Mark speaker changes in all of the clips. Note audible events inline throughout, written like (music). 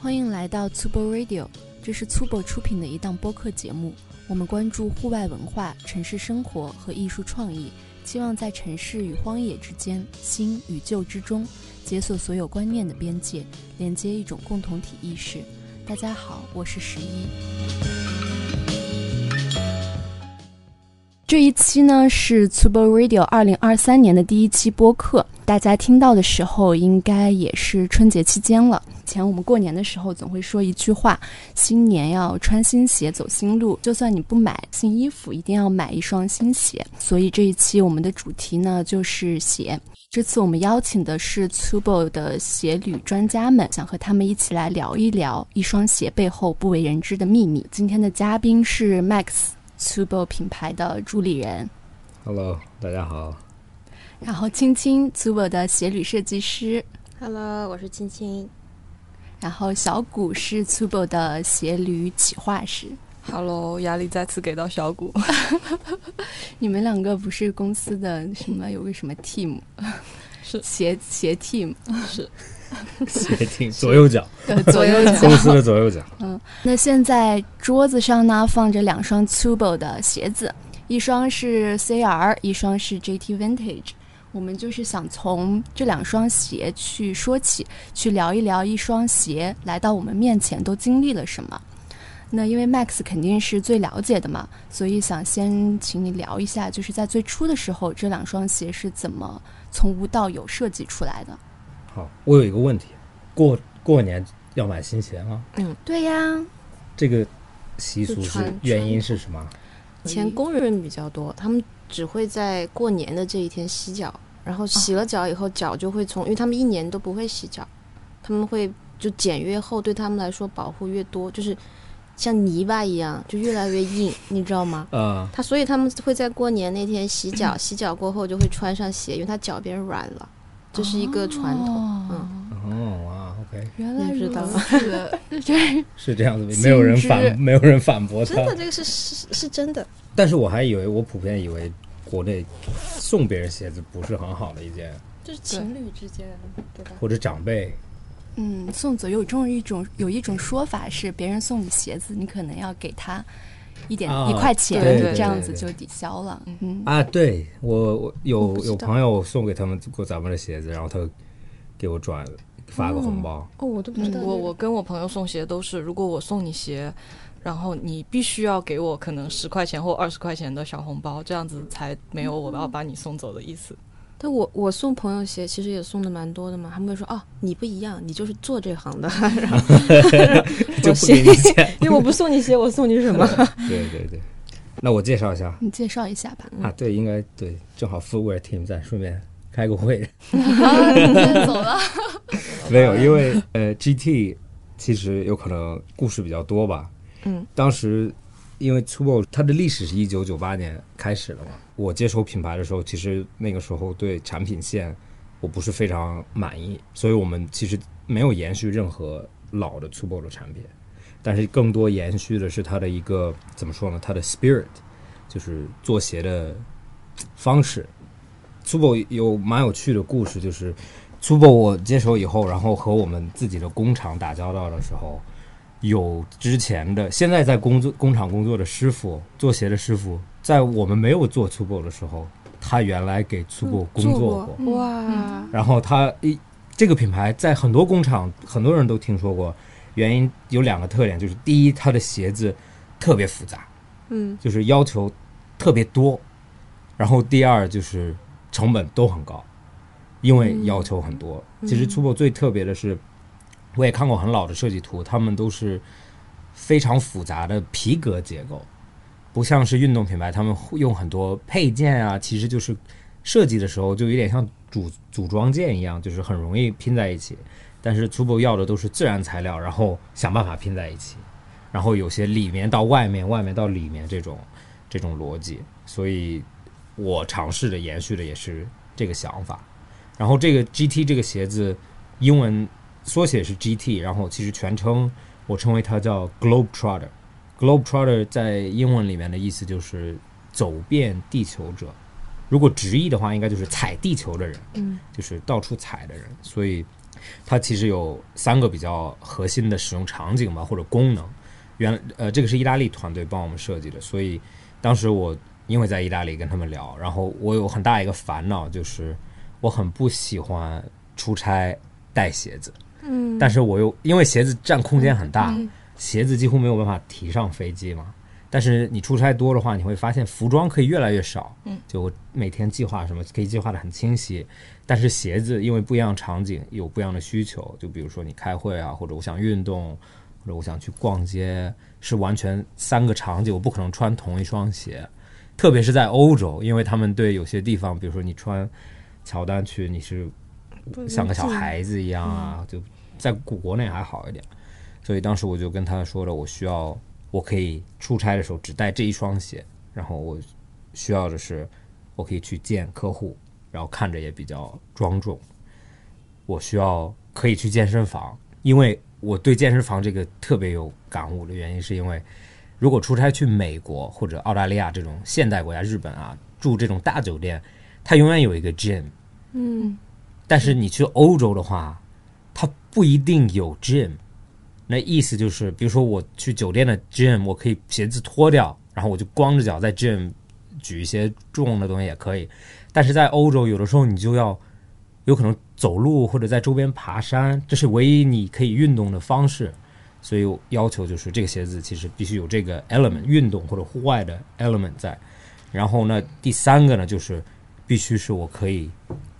Speaker 1: 欢迎来到 Tubo Radio，这是 Tubo 出品的一档播客节目。我们关注户外文化、城市生活和艺术创意，期望在城市与荒野之间、新与旧之中，解锁所有观念的边界，连接一种共同体意识。大家好，我是十一。这一期呢是 Tubo Radio 二零二三年的第一期播客，大家听到的时候应该也是春节期间了。以前我们过年的时候总会说一句话：“新年要穿新鞋，走新路。”就算你不买新衣服，一定要买一双新鞋。所以这一期我们的主题呢就是鞋。这次我们邀请的是 Tubo 的鞋履专家们，想和他们一起来聊一聊一双鞋背后不为人知的秘密。今天的嘉宾是 Max。Tubo 品牌的助理人，
Speaker 2: Hello，大家好。
Speaker 1: 然后青青 Tubo 的鞋履设计师，
Speaker 3: Hello，我是青青。
Speaker 1: 然后小谷是 Tubo 的鞋履企划师。
Speaker 4: Hello，压力再次给到小谷。
Speaker 1: (laughs) 你们两个不是公司的什么有个什么 team，
Speaker 4: (laughs) 是
Speaker 1: 鞋鞋 team
Speaker 2: 鞋挺 (laughs) 左右脚，
Speaker 4: (laughs)
Speaker 1: 的左右脚
Speaker 2: 公。司的左右脚。
Speaker 1: 那现在桌子上呢放着两双 Tubo 的鞋子，一双是 CR，一双是 JT Vintage。我们就是想从这两双鞋去说起，去聊一聊一双鞋来到我们面前都经历了什么。那因为 Max 肯定是最了解的嘛，所以想先请你聊一下，就是在最初的时候，这两双鞋是怎么从无到有设计出来的？
Speaker 2: 好，我有一个问题，过过年要买新鞋吗？
Speaker 1: 对呀，
Speaker 2: 这个习俗
Speaker 3: 就是传
Speaker 2: 原因是什么？
Speaker 3: 以前工人比较多，他们只会在过年的这一天洗脚，然后洗了脚以后，脚就会从，因为他们一年都不会洗脚，他们会就茧越厚，对他们来说保护越多，就是像泥巴一样，就越来越硬，你知道吗？
Speaker 2: 呃，
Speaker 3: 他所以他们会在过年那天洗脚，洗脚过后就会穿上鞋，因为他脚变软了，这是一个传
Speaker 1: 哦
Speaker 3: 统。嗯，
Speaker 2: 哦哇，OK，
Speaker 1: 原来
Speaker 3: 你
Speaker 1: 如
Speaker 3: 知道 (laughs)
Speaker 1: 此，对，
Speaker 2: 是这样子，
Speaker 1: 新
Speaker 2: 没有人
Speaker 1: 知
Speaker 2: 反，没有人反驳
Speaker 3: 真
Speaker 2: 他
Speaker 3: 的，。这个是是是真的。
Speaker 2: 但是我还以为，我普遍以为国内送别人鞋子不是很好的一件，
Speaker 3: 就是
Speaker 4: 情
Speaker 3: 侣之间，对吧？
Speaker 2: 或者长辈
Speaker 1: 嗯，送走有这种一种有一种说法是，别人送你鞋子，你可能要给他一点、
Speaker 2: 啊
Speaker 1: 一块钱，
Speaker 4: 对对
Speaker 1: 这样
Speaker 2: 对
Speaker 1: 子
Speaker 2: 对
Speaker 1: 就抵消了。嗯，
Speaker 2: 啊，对我我
Speaker 3: 我
Speaker 2: 有
Speaker 3: 不知道
Speaker 2: 有朋友送给他们过咱们的鞋子，然后他给我转发个红包，
Speaker 3: 哦，我都不知道这个。
Speaker 4: 嗯我我跟我朋友送鞋都是，如果我送你鞋，然后你必须要给我可能十块钱或二十块钱的小红包，这样子才没有我
Speaker 3: 嗯
Speaker 4: 要把你送走的意思。
Speaker 3: 但我我送朋友鞋，其实也送的蛮多的嘛。他们会说：“哦，你不一样，你就是做这行的。 (laughs) 然后
Speaker 2: (laughs) 就
Speaker 3: 我
Speaker 2: 不
Speaker 3: 鞋
Speaker 2: 给你钱。
Speaker 3: (laughs) 因为我不送你鞋，我送你什么？
Speaker 2: 对对对，那我介绍一下
Speaker 1: 你介绍一下吧。
Speaker 2: 啊，对，应该对，正好 Footwear Team 在顺便开个会，
Speaker 1: 走了。
Speaker 2: (laughs) 没有，因为呃 GT 其实有可能故事比较多吧，
Speaker 3: 嗯，
Speaker 2: 当时因为 Tubo 它的历史是一九九八年开始的嘛，我接手品牌的时候，其实那个时候对产品线我不是非常满意，所以我们其实没有延续任何老的 Tubo 的产品，但是更多延续的是它的一个怎么说呢，它的 spirit，就是做鞋的方式。Tubo 有蛮有趣的故事，就是 Tubo 我接手以后，然后和我们自己的工厂打交道的时候，有之前的，现在在工作工厂工作的师傅，做鞋的师傅，在我们没有做 Tubo 的时候，他原来给 Tubo (laughs) 工作过，
Speaker 3: 嗯过哇，
Speaker 2: 然后他一这个品牌在很多工厂很多人都听说过，原因有两个特点，就是第一，它的鞋子特别复杂，
Speaker 3: 嗯，
Speaker 2: 就是要求特别多，然后第二就是成本都很高，因为要求很多。其实 Tubo 最特别的是，我也看过很老的设计图，他们都是非常复杂的皮革结构，不像是运动品牌，他们会用很多配件啊，其实就是设计的时候就有点像组组装件一样，就是很容易拼在一起。但是 Tubo 要的都是自然材料，然后想办法拼在一起。然后有些里面到外面，外面到里面这种这种逻辑，所以我尝试着延续的也是这个想法。然后这个 GT 这个鞋子，英文缩写是 GT，然后其实全称我称为它叫 Globe Trotter。Globe Trotter 在英文里面的意思就是走遍地球者，如果直译的话，应该就是踩地球的人，
Speaker 3: 嗯，
Speaker 2: 就是到处踩的人。所以它其实有三个比较核心的使用场景吧，或者功能。原呃，这个是意大利团队帮我们设计的，所以当时我因为在意大利跟他们聊，然后我有很大一个烦恼，就是我很不喜欢出差带鞋子，
Speaker 3: 嗯，
Speaker 2: 但是我又因为鞋子占空间很大，
Speaker 3: 嗯
Speaker 2: 鞋子几乎没有办法提上飞机嘛。但是你出差多的话，你会发现服装可以越来越少。
Speaker 4: 嗯，
Speaker 2: 就我每天计划什么可以计划的很清晰，但是鞋子因为不一样场景有不一样的需求，就比如说你开会啊，或者我想运动，或者我想去逛街，是完全三个场景，我不可能穿同一双鞋。特别是在欧洲，因为他们对有些地方，比如说你穿乔丹去，你是像个小孩子一样啊，就在国国内还好一点。所以当时我就跟他说了，我需要我可以出差的时候只带这一双鞋，然后我需要的是我可以去见客户，然后看着也比较庄重。我需要可以去健身房，因为我对健身房这个特别有感悟的原因，是因为如果出差去美国或者澳大利亚这种现代国家，日本啊住这种大酒店，它永远有一个 gym，
Speaker 3: 嗯
Speaker 2: 但是你去欧洲的话，它不一定有 gym。那意思就是，比如说我去酒店的 gym，我可以鞋子脱掉，然后我就光着脚在 gym 举一些重的东西也可以。但是在欧洲，有的时候你就要有可能走路或者在周边爬山，这是唯一你可以运动的方式。所以我要求就是这个鞋子其实必须有这个 element 运动或者户外的 element 在。然后呢，第三个呢就是必须是我可以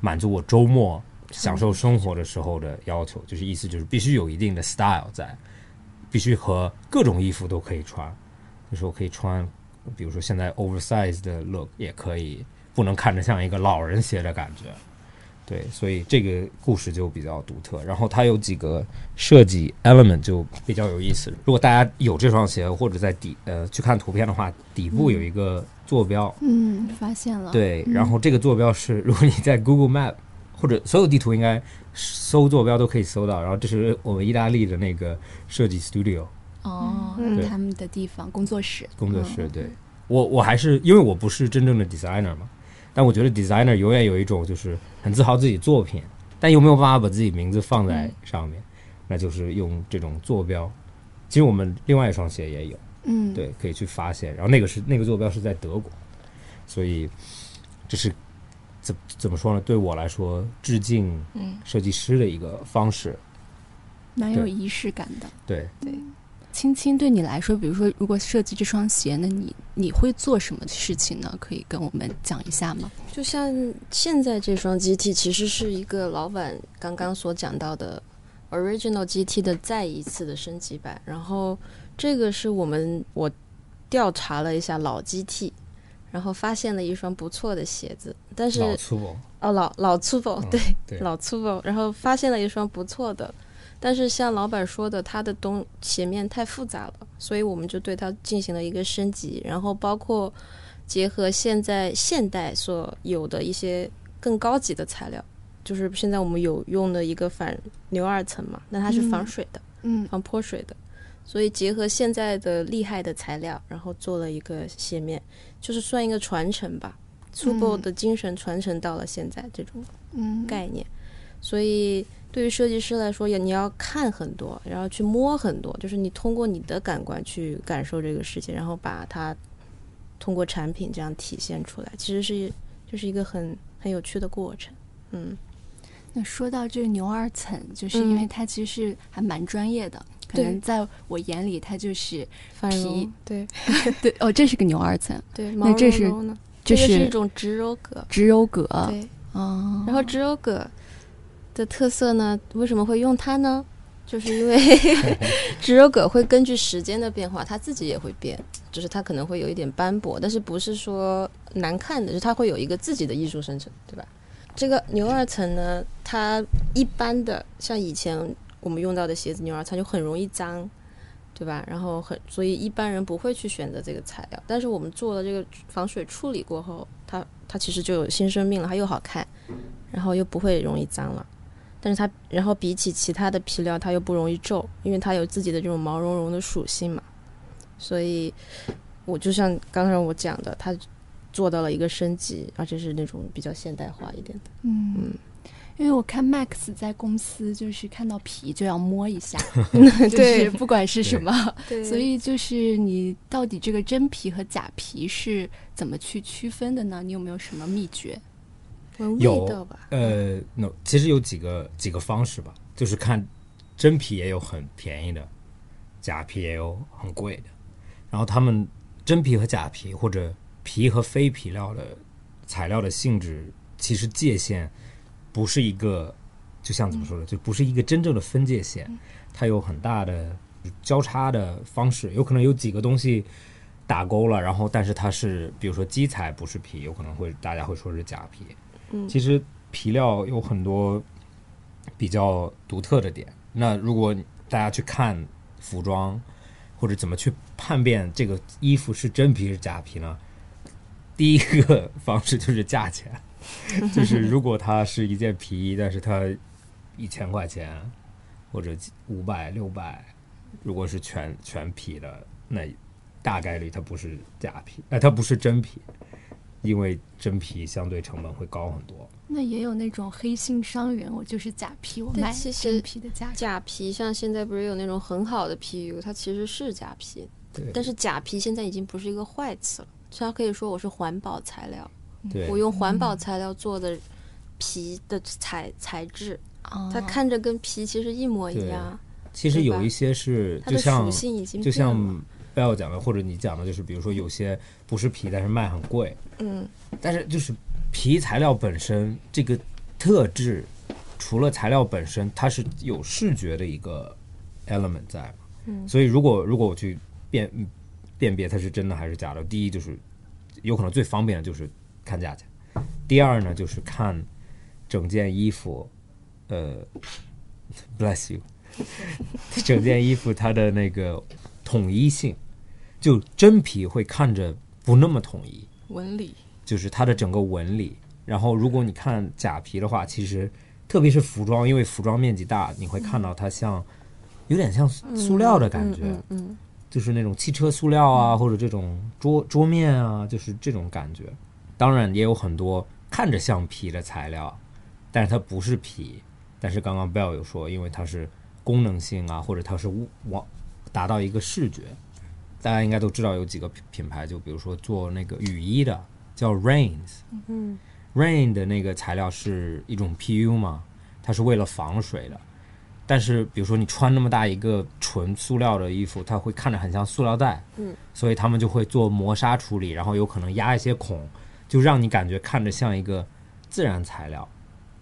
Speaker 2: 满足我周末享受生活的时候的要求，就是意思就是必须有一定的 style 在，必须和各种衣服都可以穿，就是我可以穿，比如说现在 oversize 的 look 也可以，不能看着像一个老人鞋的感觉。对，所以这个故事就比较独特，然后它有几个设计 element 就比较有意思。如果大家有这双鞋，或者在底呃去看图片的话，底部有一个坐标，
Speaker 1: 嗯，发现了，，
Speaker 2: 对，然后这个坐标是，如果你在 Google Map 或者所有地图应该搜坐标都可以搜到。然后这是我们意大利的那个设计 studio
Speaker 4: 哦，
Speaker 1: 嗯，
Speaker 2: 对
Speaker 1: 他们的地方工作室，
Speaker 2: 工作室。
Speaker 1: 嗯
Speaker 2: 对我，我还是因为我不是真正的 designer 嘛，但我觉得 designer 永远有一种就是很自豪自己作品，但又没有办法把自己名字放在上面，那就是用这种坐标。其实我们另外一双鞋也有。
Speaker 1: 嗯，，
Speaker 2: 对，可以去发现。然后那个是那个坐标是在德国，所以这是怎怎么说呢？对我来说，致敬
Speaker 4: 嗯，
Speaker 2: 设计师的一个方式。
Speaker 1: 蛮有
Speaker 2: 对
Speaker 1: 仪式感的。
Speaker 2: 对，
Speaker 1: 青青，对你来说，比如说，如果设计这双鞋，那你你会做什么事情呢？可以跟我们讲一下吗？
Speaker 3: 就像现在这双 GT，其实是一个老板刚刚所讲到的 Original GT 的再一次的升级版。然后这个是我们我调查了一下老 GT，然后发现了一双不错的鞋子，但是
Speaker 2: 老粗暴，
Speaker 3: 哦老老粗暴、
Speaker 2: 嗯
Speaker 3: (laughs) 对
Speaker 2: 对
Speaker 3: 老粗暴，然后发现了一双不错的。但是像老板说的，它的东鞋面太复杂了，所以我们就对它进行了一个升级，然后包括结合现在现代所有的一些更高级的材料，就是现在我们有用的一个反牛二层嘛，那它是防
Speaker 1: 嗯
Speaker 3: 水的，
Speaker 1: 嗯
Speaker 3: 防泼水的，所以结合现在的厉害的材料，然后做了一个鞋面，就是算一个传承吧，粗暴
Speaker 1: 嗯
Speaker 3: 的精神传承到了现在这种
Speaker 1: 嗯，
Speaker 3: 概念。所以对于设计师来说，也你要看很多，然后去摸很多，就是你通过你的感官去感受这个世界，然后把它通过产品这样体现出来，其实是就是一个很很有趣的过程。嗯，
Speaker 1: 那说到这个牛二层，就是因为
Speaker 3: 嗯
Speaker 1: 它其实是还蛮专业的，可
Speaker 3: 对
Speaker 1: 能在我眼里，它就是
Speaker 3: 反
Speaker 1: 皮
Speaker 3: 绒对
Speaker 1: 对哦，这是个牛二层，
Speaker 3: 对，
Speaker 1: 那
Speaker 3: 毛
Speaker 1: 这是
Speaker 3: 茸茸的，
Speaker 1: 这
Speaker 3: 这个是
Speaker 1: 是
Speaker 3: 一种植鞣革，
Speaker 1: 植鞣革
Speaker 3: 对。
Speaker 1: 哦，
Speaker 3: 然后植鞣革的特色呢，为什么会用它呢？就是因为植鞣革会根据时间的变化，它自己也会变，就是它可能会有一点斑驳，但是不是说难看的，就是它会有一个自己的艺术生成，对吧？这个牛二层呢，它一般的像以前我们用到的鞋子牛二层就很容易脏，对吧？然后很，所以一般人不会去选择这个材料，但是我们做了这个防水处理过后，它它其实就有新生命了，它又好看，然后又不会容易脏了。但是它然后比起其他的皮料，它又不容易皱，因为它有自己的这种毛茸茸的属性嘛。所以，我就像刚才我讲的，它做到了一个升级，而且是那种比较现代化一点的。
Speaker 1: 嗯，因为我看 Max 在公司就是看到皮就要摸一 (laughs) 下，就是
Speaker 3: (laughs) 对
Speaker 1: 不管是什
Speaker 2: 对
Speaker 1: 么，
Speaker 3: 对
Speaker 1: 所以就是你到底这个真皮和假皮是怎么去区分的呢？你有没有什么秘诀？
Speaker 3: 闻
Speaker 2: 有
Speaker 3: 味道吧，
Speaker 2: 呃，no，其实有几个几个方式吧，就是看真皮也有很便宜的，假皮也有很贵的。然后他们真皮和假皮或者皮和非皮料的材料的性质，其实界限不是一个，就像怎么说呢，就不是一个真正的分界线，它有很大的交叉的方式，有可能有几个东西。打勾了，然后但是它是，比如说基材不是皮，有可能会大家会说是假皮，其实皮料有很多比较独特的点。那如果大家去看服装，或者怎么去判别这个衣服是真皮是假皮呢？第一个方式就是价钱，就是如果它是一件皮衣，但是它一千块钱或者五百六百，如果是全全皮的，那大概率它不是假皮，哎、它不是真皮，因为真皮相对成本会高很多。
Speaker 1: 那也有那种黑心商人，我就是假皮，我
Speaker 3: 对
Speaker 1: 卖
Speaker 3: 其实
Speaker 1: 真皮的价格。
Speaker 3: 假皮像现在不是有那种很好的 PU，它其实是假皮，
Speaker 2: 对，
Speaker 3: 但是假皮现在已经不是一个坏词了，它可以说我是环保材料，
Speaker 2: 对
Speaker 3: 我用环保材料做的皮的材材质，
Speaker 1: 哦
Speaker 3: 它看着跟皮其实一模一样，
Speaker 2: 其实
Speaker 3: 对
Speaker 2: 有
Speaker 3: 吧
Speaker 2: 一些是
Speaker 3: 它
Speaker 2: 就
Speaker 3: 的
Speaker 2: 像
Speaker 3: 属性已经
Speaker 2: 就
Speaker 3: 变了。
Speaker 2: 像 Bell 讲的，或者你讲的，就是比如说有些不是皮，但是卖很贵，
Speaker 3: 嗯，
Speaker 2: 但是就是皮材料本身这个特质，除了材料本身，它是有视觉的一个 element 在嘛。嗯，所以如果如果我去辨嗯辨别它是真的还是假的，第一就是有可能最方便的就是看价钱，第二呢就是看整件衣服，呃，bless you，整件衣服它的那个统一性，就真皮会看着不那么统一。
Speaker 4: 纹理
Speaker 2: 就是它的整个纹理。然后，如果你看假皮的话，其实特别是服装，因为服装面积大，你会看到它像有点像塑料的感觉，
Speaker 3: 嗯嗯
Speaker 2: 就是那种汽车塑料啊，或者这种桌桌面啊，就是这种感觉。当然，也有很多看着像皮的材料，但是它不是皮。但是刚刚 Bell 有说，因为它是功能性啊，或者它是物往达到一个视觉。大家应该都知道有几个品品牌，就比如说做那个雨衣的，叫 Rains。
Speaker 3: 嗯
Speaker 2: Rain 的那个材料是一种 PU 嘛，它是为了防水的。但是比如说你穿那么大一个纯塑料的衣服，它会看着很像塑料袋，
Speaker 3: 嗯，
Speaker 2: 所以他们就会做磨砂处理，然后有可能压一些孔，就让你感觉看着像一个自然材料，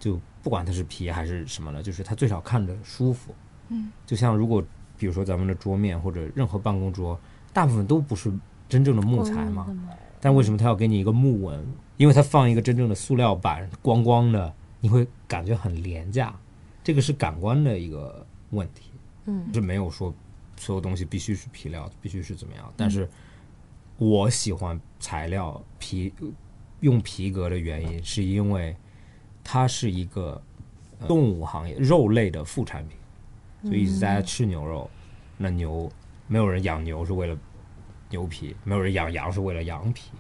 Speaker 2: 就不管它是皮还是什么的，就是它最少看着舒服。嗯，就像如果比如说咱们的桌面或者任何办公桌，大部分都不是真正的木材
Speaker 3: 嗯
Speaker 2: 嘛，但为什么他要给你一个木纹？因为他放一个真正的塑料板，光光的，你会感觉很廉价。这个是感官的一个问题，
Speaker 3: 嗯，
Speaker 2: 是没有说所有东西必须是皮料，必须是怎么样。但是我喜欢材料皮，用皮革的原因是因为它是一个呃动物行业肉类的副产品，所以一直大家吃牛肉，那牛没有人养牛是为了牛皮，没有人养羊是为了羊皮，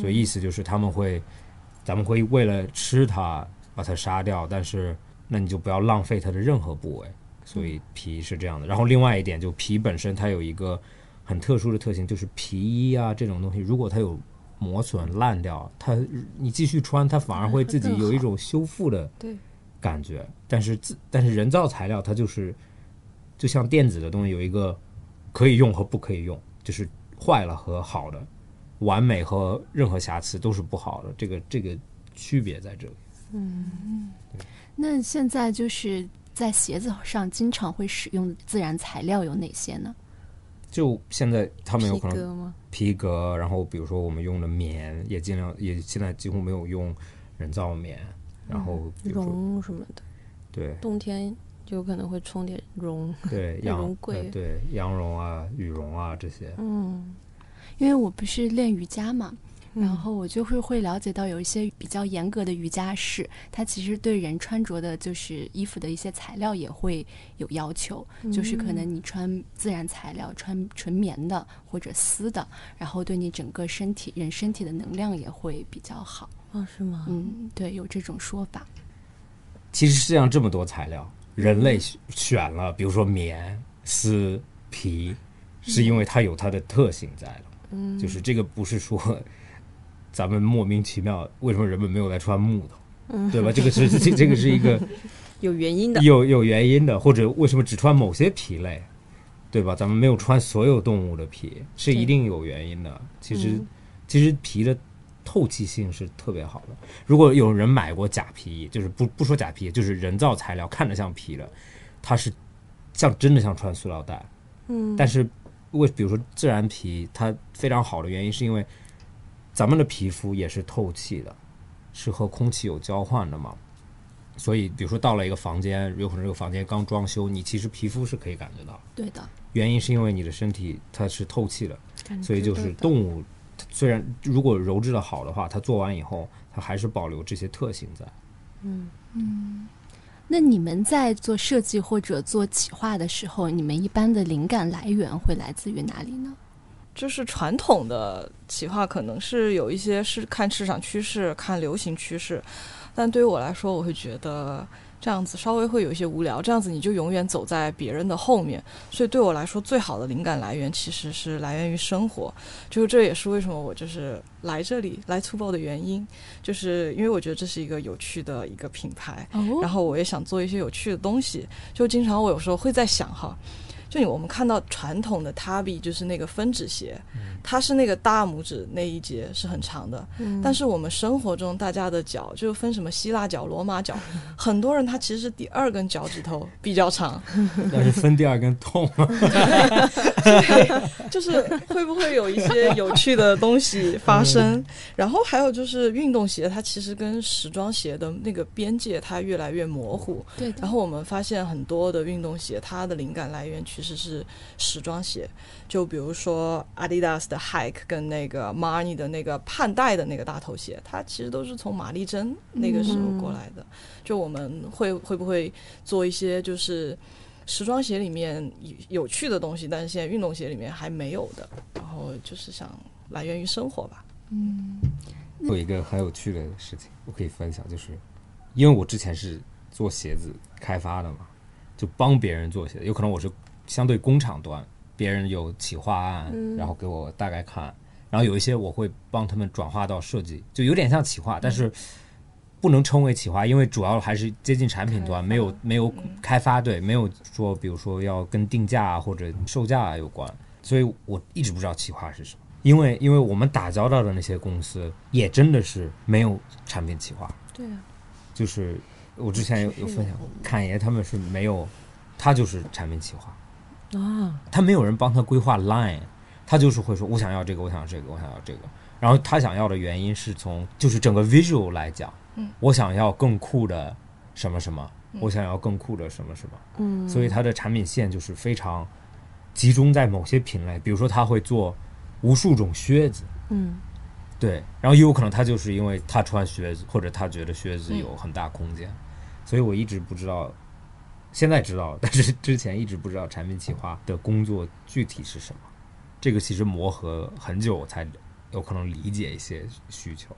Speaker 2: 所以意思就是他们会，咱们会为了吃它把它杀掉，但是那你就不要浪费它的任何部位，所以皮是这样的。然后另外一点就皮本身它有一个很特殊的特性，就是皮衣啊这种东西，如果它有磨损烂掉，它你继续穿它反而会自己有一种修复的
Speaker 3: 对
Speaker 2: 感觉，但是自但是人造材料它就是就像电子的东西有一个可以用和不可以用，就是坏了和好的，完美和任何瑕疵都是不好的，这个这个区别在这里。
Speaker 1: 那现在就是在鞋子上经常会使用的自然材料有哪些呢？
Speaker 2: 就现在他们有
Speaker 3: 皮
Speaker 2: 可能
Speaker 3: 革吗？
Speaker 2: 皮革，然后比如说我们用的棉也尽量也现在几乎没有用人造棉，然后比如说
Speaker 3: 绒什么的，
Speaker 2: 对
Speaker 3: 冬天有可能会充点绒。
Speaker 2: 对
Speaker 3: 那
Speaker 2: 羊
Speaker 3: 绒
Speaker 2: 呃
Speaker 3: 贵
Speaker 2: 对羊绒啊、羽绒啊这些，
Speaker 3: 嗯，
Speaker 1: 因为我不是练瑜伽嘛，然后我就会会了解到有一些比较严格的瑜伽室，它其实对人穿着的就是衣服的一些材料也会有要求，就是可能你穿自然材料、穿纯棉的或者丝的，然后对你整个身体人身体的能量也会比较好。
Speaker 3: 哦，是吗？
Speaker 1: 嗯，对，有这种说法。
Speaker 2: 其实世界上这么多材料，人类
Speaker 3: 嗯
Speaker 2: 选了，比如说棉、丝、皮，是因为它有它的特性在了。嗯，就是这个不是说 (laughs) 咱们莫名其妙为什么人们没有来穿木头，对吧？这个是这这个是一个
Speaker 3: 嗯 (laughs) 有原因的。
Speaker 2: 有有原因的，或者为什么只穿某些皮类，对吧？咱们没有穿所有动物的皮，是一定有原因的。其实，
Speaker 3: 嗯
Speaker 2: 其实皮的透气性是特别好的。如果有人买过假皮，就是不不说假皮，就是人造材料，看着像皮的，它是像真的像穿塑料袋。嗯，但是为比如说自然皮，它非常好的原因是因为咱们的皮肤也是透气的，是和空气有交换的嘛。所以，比如说到了一个房间，有可能这个房间刚装修，你其实皮肤是可以感觉到，
Speaker 1: 对的，
Speaker 2: 原因是因为你的身体它是透气的，所以就是动物，它虽然如果鞣制的好的话，它做完以后，它还是保留这些特性在。
Speaker 1: 那你们在做设计或者做企划的时候，你们一般的灵感来源会来自于哪里呢？
Speaker 4: 就是传统的企划，可能是有一些是看市场趋势、看流行趋势，但对于我来说，我会觉得这样子稍微会有一些无聊，这样子你就永远走在别人的后面。所以对我来说，最好的灵感来源其实是来源于生活，就是这也是为什么我就是来这里来粗暴的原因，就是因为我觉得这是一个有趣的一个品牌，然
Speaker 1: 哦，
Speaker 4: 后我也想做一些有趣的东西，就经常我有时候会在想哈，就你我们看到传统的 Tabi 就是那个分趾鞋，它是那个大拇指那一节是很长的，但是我们生活中大家的脚就分什么希腊脚、罗马脚，很多人他其实是第二根脚趾头比较长，
Speaker 2: 但是分第二根痛啊，
Speaker 4: 就是会不会有一些有趣的东西发生？然后还有就是运动鞋，它其实跟时装鞋的那个边界它越来越模糊，
Speaker 1: 对的
Speaker 4: 然，后我们发现很多的运动鞋，它的灵感来源其实是时装鞋，就比如说 Adidas 的 Hike 跟那个 Marni 的那个盼带的那个大头鞋，它其实都是从玛丽珍那个时候过来的。就我们会会不会做一些就是时装鞋里面有有趣的东西，但是现在运动鞋里面还没有的，然后就是想来源于生活吧。
Speaker 2: 有一个很有趣的事情，我可以分享，就是因为我之前是做鞋子开发的嘛，就帮别人做鞋子，有可能我是相对工厂端，别人有企划案，然后给我大概看，然后有一些我会帮他们转化到设计，就有点像企划，但是不能称为企划，因为主要还是接近产品端，没有没有开发嗯对，没有说比如说要跟定价啊或者售价啊有关，所以我一直不知道企划是什么。因为因为我们打交道的那些公司也真的是没有产品企划，
Speaker 3: 对啊，
Speaker 2: 就是我之前有有分享过，侃爷他们是没有，他就是产品企划，
Speaker 3: 啊，
Speaker 2: 他没有人帮他规划 line，他就是会说我想要这个，我想要这个，我想要这个。然后他想要的原因是从就是整个 visual 来讲，
Speaker 4: 嗯，
Speaker 2: 我想要更酷的什么什么，我想要更酷的什么什么，
Speaker 3: 嗯，
Speaker 2: 所以它的产品线就是非常集中在某些品类，比如说他会做无数种靴子，
Speaker 3: 嗯，
Speaker 2: 对，然后也有可能他就是因为他穿靴子，或者他觉得靴
Speaker 3: 嗯
Speaker 2: 子有很大空间，所以我一直不知道，现在知道了，但是之前一直不知道产品企划的工作具体是什么。这个其实磨合很久，我才有可能理解一些需求。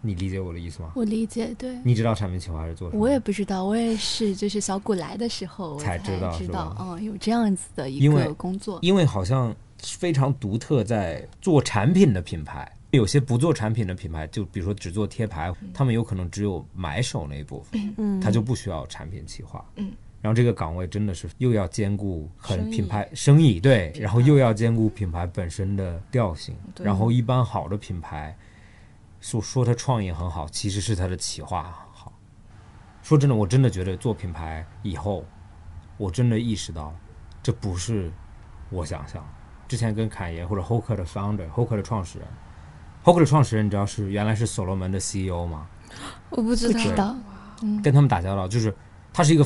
Speaker 2: 你理解我的意思吗？
Speaker 1: 我理解，对。
Speaker 2: 你知道产品企划是做什么？
Speaker 1: 我也不知道，我也是，就是小谷来的时候我
Speaker 2: 才
Speaker 1: 知
Speaker 2: 知道是吧
Speaker 1: 嗯，有这样子的一
Speaker 2: 因为
Speaker 1: 个工作，
Speaker 2: 因为好像非常独特，在做产品的品牌，有些不做产品的品牌，就比如说只做贴牌，
Speaker 1: 嗯
Speaker 2: 他们有可能只有买手那一部分，嗯，他就不需要产品企划，嗯。然后这个岗位真的是又要兼顾很
Speaker 4: 生意
Speaker 2: 品牌生意嗯对，然后又要兼顾品牌本身的调性，
Speaker 4: 对
Speaker 2: 然后一般好的品牌，说说它创意很好，其实是它的企划很好。说真的，我真的觉得做品牌以后，我真的意识到，这不是我想象。之前跟侃爷或者 Hoka 的 founder，Hoka 的创始人，Hoka 的创始人，你知道是原来是所罗门的 CEO 吗？
Speaker 3: 我不知
Speaker 1: 不
Speaker 3: 道，
Speaker 1: 知道，
Speaker 2: 跟他们打交道，就是他是一个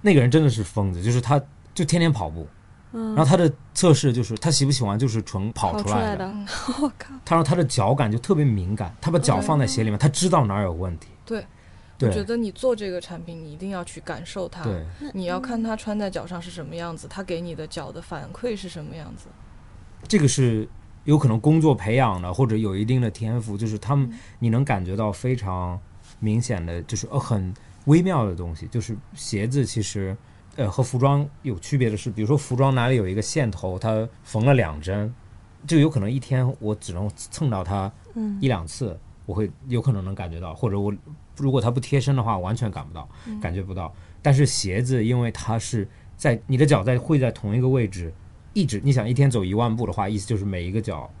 Speaker 2: 那个人真的是疯子，就是他就天天跑步，然后他的测试就是他喜不喜欢就是纯跑
Speaker 3: 嗯跑
Speaker 2: 出
Speaker 3: 出
Speaker 2: 来的，
Speaker 3: 的，
Speaker 4: 我靠，
Speaker 2: 他让他的脚感就特别敏感，他把脚放在鞋里面，他知道哪儿有问题。
Speaker 4: 对，我觉
Speaker 2: 对
Speaker 4: 得你做这个产品，你一定要去感受它，
Speaker 2: 对，
Speaker 4: 你要看它穿在脚上是什么样子，它给你的脚的反馈是什么样子。
Speaker 2: 这个是有可能工作培养的，或者有一定的天赋，就是他们你能感觉到非常明显的，就是呃很微妙的东西，就是鞋子其实。呃，和服装有区别的是，比如说服装哪里有一个线头，它缝了两针，就有可能一天我只能蹭到它
Speaker 3: 嗯
Speaker 2: 一两次，我会有可能能感觉到，或者我如果它不贴身的话，完全感不到，感觉不到。但是鞋子，因为它是在你的脚在会在同一个位置，一直你想一天走一万步的话，意思就是每一个脚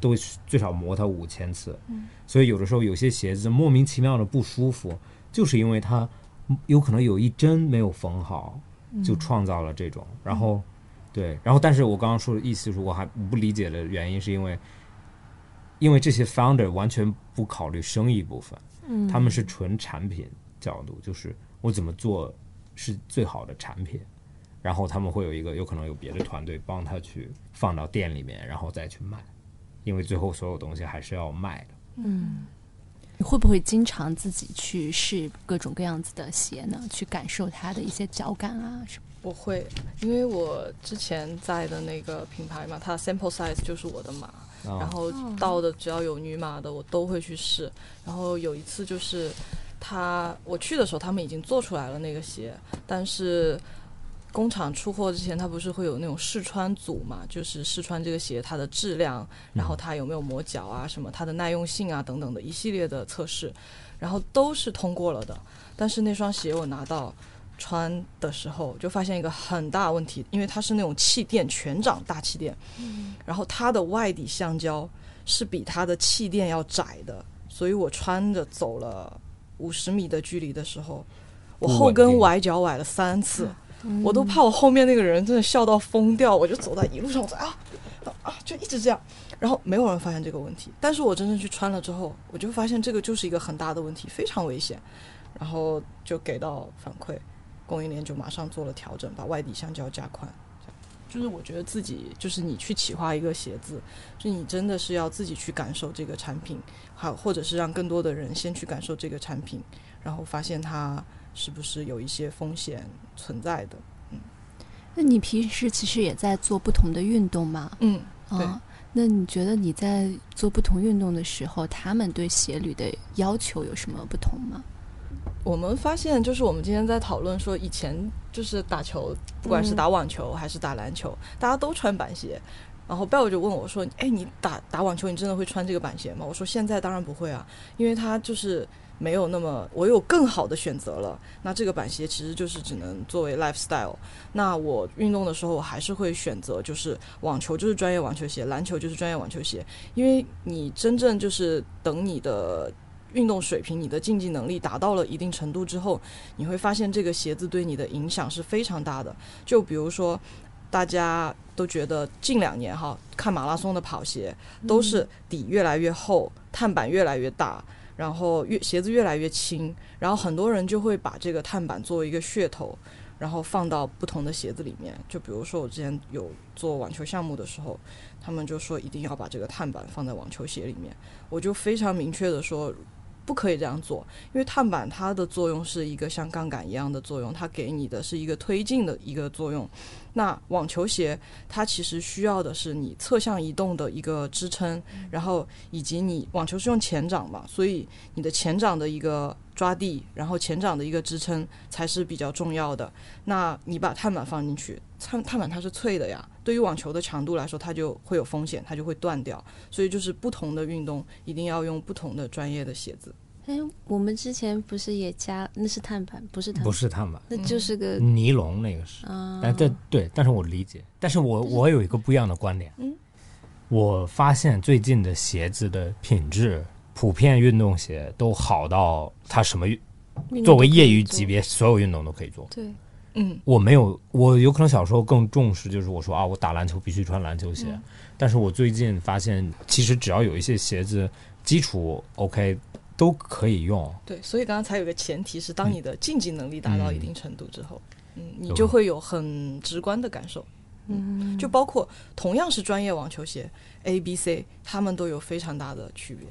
Speaker 2: 都最少磨它五千次，所以有的时候有些鞋子莫名其妙的不舒服，就是因为它有可能有一针没有缝好，就创造了这种，然后。对，然后但是我刚刚说的意思就是我还不理解的原因，是因为因为这些 founder 完全不考虑生意部分，
Speaker 3: 嗯
Speaker 2: 他们是纯产品角度，就是我怎么做是最好的产品，然后他们会有一个有可能有别的团队帮他去放到店里面，然后再去卖，因为最后所有东西还是要卖的。
Speaker 1: 你会不会经常自己去试各种各样子的鞋呢？去感受它的一些脚感啊什么？
Speaker 4: 我会，因为我之前在的那个品牌嘛，它的 sample size 就是我的码，
Speaker 2: 啊
Speaker 4: 然后到的只要有女码的，我都会去试。然后有一次就是他我去的时候，他们已经做出来了那个鞋，但是工厂出货之前，他不是会有那种试穿组嘛，就是试穿这个鞋它的质量，然后它有没有磨脚啊，什么它的耐用性啊等等的一系列的测试，然后都是通过了的。但是那双鞋我拿到。穿的时候就发现一个很大问题，因为它是那种气垫全掌大气垫，然后它的外底橡胶是比它的气垫要窄的，所以我穿着走了五十米的距离的时候，我后
Speaker 2: 不稳
Speaker 4: 跟
Speaker 2: 定
Speaker 4: 崴脚崴了三次，我都怕我后面那个人真的笑到疯掉，我就走在一路上，我说啊啊，就一直这样，然后没有人发现这个问题，但是我真正去穿了之后，我就发现这个就是一个很大的问题，非常危险，然后就给到反馈，供应链就马上做了调整，把外底橡胶加宽。这样就是我觉得自己，就是你去企划一个鞋子，就你真的是要自己去感受这个产品，还有或者是让更多的人先去感受这个产品，然后发现它是不是有一些风险存在的。
Speaker 1: 那你平时其实也在做不同的运动嘛？
Speaker 4: 嗯，
Speaker 1: 啊、
Speaker 4: 对
Speaker 1: 那你觉得你在做不同运动的时候，他们对鞋履的要求有什么不同吗？
Speaker 4: 我们发现，就是我们今天在讨论说，以前就是打球，不管是打网球还是打篮球，大家都穿板鞋。然后 Bell 就问我说：“哎，你打打网球，你真的会穿这个板鞋吗？”我说：“现在当然不会啊，因为它就是没有那么，我有更好的选择了。那这个板鞋其实就是只能作为 lifestyle。那我运动的时候，我还是会选择就是网球就是专业网球鞋，篮球就是专业网球鞋，因为你真正就是等你的运动水平、你的竞技能力达到了一定程度之后，你会发现这个鞋子对你的影响是非常大的。就比如说，大家都觉得近两年哈，看马拉松的跑鞋都是底越来越厚，碳板越来越大。然后越鞋子越来越轻，然后很多人就会把这个碳板作为一个噱头，然后放到不同的鞋子里面。就比如说我之前有做网球项目的时候，他们就说一定要把这个碳板放在网球鞋里面，我就非常明确的说，不可以这样做，因为碳板它的作用是一个像杠杆一样的作用，它给你的是一个推进的一个作用。那网球鞋它其实需要的是你侧向移动的一个支撑，然后以及你网球是用前掌嘛，所以你的前掌的一个抓地，然后前掌的一个支撑才是比较重要的。那你把碳板放进去，碳碳板它是脆的呀，对于网球的强度来说，它就会有风险，它就会断掉。所以就是不同的运动一定要用不同的专业的鞋子。
Speaker 3: 哎，我们之前不是也加那是碳板，不是碳板，
Speaker 2: 不是嗯他们
Speaker 3: 那就是个
Speaker 2: 尼龙那个是，
Speaker 3: 啊，
Speaker 2: 但这对，但是我理解，但是我我有一个不一样的观点，
Speaker 4: 嗯，
Speaker 2: 我发现最近的鞋子的品质，普遍运动鞋都好到它什么运
Speaker 3: 运动
Speaker 2: 作为
Speaker 3: 都可以
Speaker 2: 业余
Speaker 3: 做
Speaker 2: 级，别所有运动都可以做。
Speaker 3: 对，
Speaker 4: 嗯，
Speaker 2: 我没有，我有可能小时候更重视，就是我说啊，我打篮球必须穿篮球鞋，但是我最近发现，其实只要有一些鞋子基础 OK 都可以用，
Speaker 4: 对，所以刚刚才有个前提是，
Speaker 2: 嗯
Speaker 4: 嗯当你的竞技能力达到一定程度之后，嗯，你就会有很直观的感受。
Speaker 3: 嗯，
Speaker 4: 就包括同样是专业网球鞋 A、B、C，它们都有非常大的区别。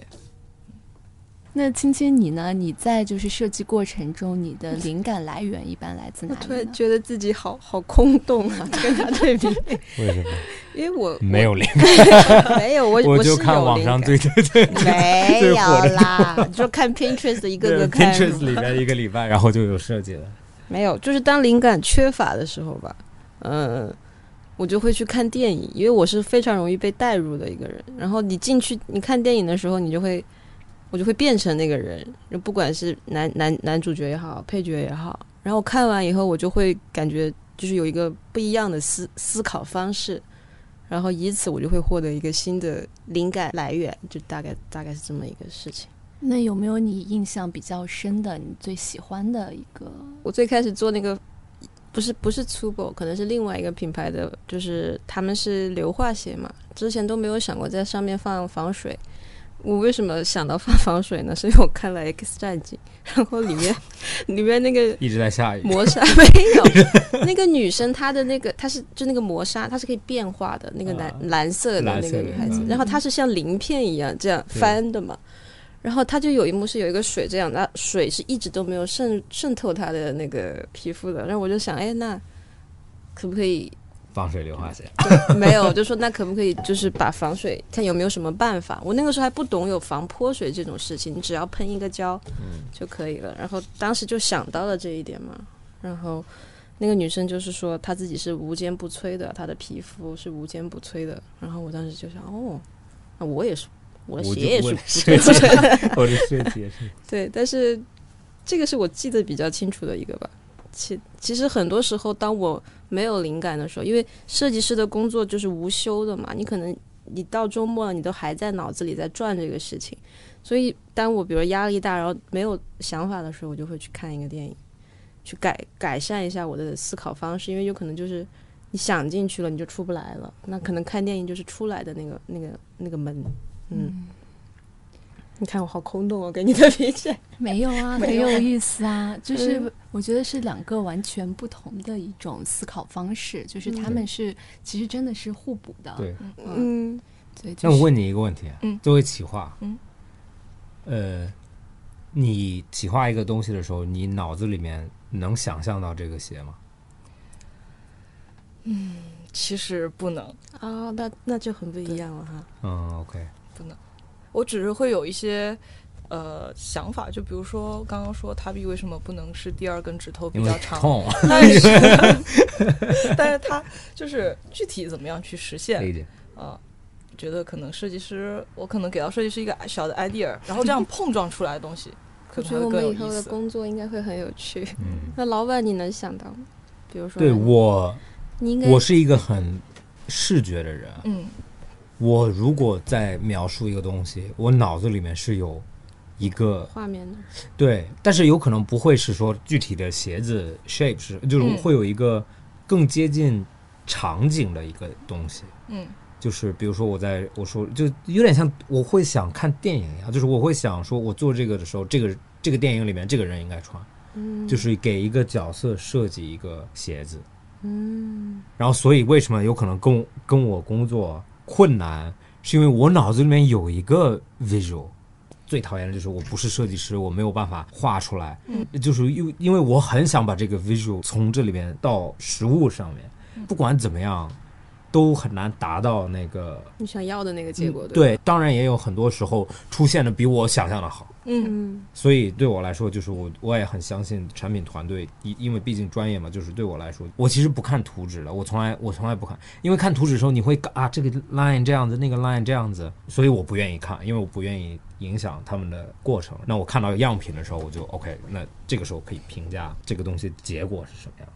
Speaker 1: 那青青你呢？你在就是设计过程中，你的灵感来源一般来自
Speaker 3: 我
Speaker 1: 哪
Speaker 3: 突
Speaker 1: 里
Speaker 3: 然
Speaker 1: 呢？
Speaker 3: 觉得自己好好空洞啊，跟他对 (laughs) 比，
Speaker 2: 为什么
Speaker 3: 因为我
Speaker 2: 没有灵？
Speaker 3: 我 (laughs) 没有我
Speaker 2: 我
Speaker 3: 是
Speaker 2: 就看
Speaker 3: 有
Speaker 2: 网
Speaker 3: 灵
Speaker 2: 上
Speaker 3: 感，
Speaker 2: 对对对
Speaker 3: 没
Speaker 2: 最
Speaker 3: 有
Speaker 2: 火的
Speaker 3: 啦，你就看 Pinterest 一个
Speaker 2: (laughs)
Speaker 3: 个看是吗
Speaker 2: ，Pinterest 里边一个礼拜，然后就有设计了。
Speaker 3: 没有，就是当灵感缺乏的时候吧，嗯、我就会去看电影，因为我是非常容易被带入的一个人。然后你进去，你看电影的时候，你就会，我就会变成那个人，就不管是男男男主角也好，配角也好。然后看完以后，我就会感觉就是有一个不一样的思思考方式，然后以此我就会获得一个新的灵感来源，就大概大概是这么一个事情。
Speaker 1: 那有没有你印象比较深的、你最喜欢的一个？
Speaker 3: 我最开始做那个不是不是 Tubo，可能是另外一个品牌的，就是他们是硫化鞋嘛，之前都没有想过在上面放防水。我为什么想到放防水呢？是因为我看了《X 战警》，然后里面里面那个
Speaker 2: 一直在下雨，(laughs)
Speaker 3: 磨砂没有，那个女生她的那个她是就那个磨砂，她是可以变化的，那个蓝、
Speaker 2: 啊
Speaker 3: 蓝色的
Speaker 2: 蓝
Speaker 3: 那
Speaker 2: 色的
Speaker 3: 个女孩子
Speaker 1: 嗯，
Speaker 3: 然后她是像鳞片一样这样
Speaker 2: 对
Speaker 3: 翻的嘛。然后她就有一幕是有一个水这样，那水是一直都没有渗渗透她的那个皮肤的。然后我就想，哎，那可不可以
Speaker 2: 防水硫化鞋。 (laughs)
Speaker 3: 没有，我就说那可不可以就是把防水看有没有什么办法？我那个时候还不懂有防泼水这种事情，你只要喷一个胶
Speaker 2: 嗯
Speaker 3: 就可以了。然后当时就想到了这一点嘛，然后那个女生就是说她自己是无坚不摧的，她的皮肤是无坚不摧的。然后我当时就想，哦，那我也是，我的
Speaker 2: 我
Speaker 3: 鞋
Speaker 2: 就
Speaker 3: 也
Speaker 2: 我
Speaker 3: 是
Speaker 2: 的 (laughs)
Speaker 3: 不
Speaker 2: 鞋
Speaker 3: 摧的。
Speaker 2: 我的设计也是，
Speaker 3: 对，但是这个是我记得比较清楚的一个吧。其其实很多时候，当我没有灵感的时候，因为设计师的工作就是无休的嘛，你可能你到周末了，你都还在脑子里在转这个事情，所以当我比如压力大，然后没有想法的时候，我就会去看一个电影，去改改善一下我的思考方式，因为有可能就是你想进去了，你就出不来了，那可能看电影就是出来的那个那个那个门，嗯。你看我好空洞哦，给你的理解。
Speaker 1: 没有啊，很
Speaker 3: 没有
Speaker 1: 有意思啊，就是
Speaker 3: 嗯
Speaker 1: 我觉得是两个完全不同的一种思考方式，就是他们是、其实真的是互补的。
Speaker 2: 对。
Speaker 1: 嗯，
Speaker 3: 嗯，
Speaker 1: 对，
Speaker 2: 那
Speaker 1: 就
Speaker 2: 我
Speaker 1: 是
Speaker 2: 问你一个问题，啊
Speaker 4: 嗯
Speaker 2: 作为企划，
Speaker 4: 嗯，
Speaker 2: 呃，你企划一个东西的时候，你脑子里面能想象到这个鞋吗？
Speaker 4: 其实不能，
Speaker 3: 哦，那那就很不一样了哈。
Speaker 2: 嗯，OK，
Speaker 4: 我只是会有一些呃想法，就比如说刚刚说他比为什么不能是第二根指头比
Speaker 2: 因为
Speaker 4: 较长，
Speaker 2: 痛，啊
Speaker 4: 但是 (laughs) 但是他就是具体怎么样去实现
Speaker 2: 理解。
Speaker 4: 啊、觉得可能设计师，我可能给到设计师一个小的 idea，然后 (laughs) 这样碰撞出来的
Speaker 3: (laughs)
Speaker 4: 东西，可
Speaker 3: 我
Speaker 4: 能
Speaker 3: 觉得我
Speaker 4: 还会
Speaker 3: 们
Speaker 4: 更有
Speaker 3: 以后
Speaker 4: 意
Speaker 3: 的
Speaker 4: 思。
Speaker 3: 工作应该会很有趣。
Speaker 2: 嗯，
Speaker 3: 那老板你能想到吗？比如说，
Speaker 2: 对我，
Speaker 3: 你应该
Speaker 2: 我是一个很视觉的人。啊
Speaker 4: 嗯，
Speaker 2: 我如果在描述一个东西，我脑子里面是有一个
Speaker 3: 画面的，
Speaker 2: 对，但是有可能不会是说具体的鞋子 shape 是，就是
Speaker 4: 嗯
Speaker 2: 会有一个更接近场景的一个东西。
Speaker 4: 嗯，
Speaker 2: 就是比如说我在我说就有点像我会想看电影一样，就是我会想说我做这个的时候，这个这个电影里面这个人应该穿，
Speaker 3: 嗯，
Speaker 2: 就是给一个角色设计一个鞋子。
Speaker 3: 嗯，
Speaker 2: 然后所以为什么有可能跟我跟我工作困难，是因为我脑子里面有一个 visual。最讨厌的就是我不是设计师，我没有办法画出来，
Speaker 4: 嗯
Speaker 2: 就是因为因为我很想把这个 visual 从这里面到实物上面，不管怎么样，都很难达到那个
Speaker 3: 你想要的那个结果，
Speaker 2: 嗯对，当然也有很多时候出现的比我想象的好，
Speaker 3: 吧，嗯，
Speaker 2: 所以对我来说，就是我我也很相信产品团队，因因为毕竟专业嘛，就是对我来说，我其实不看图纸的，我从来我从来不看，因为看图纸的时候你会啊这个 line 这样子，那个 line 这样子，所以我不愿意看，因为我不愿意影响他们的过程。那我看到样品的时候，我就 OK，那这个时候可以评价这个东西结果是什么样。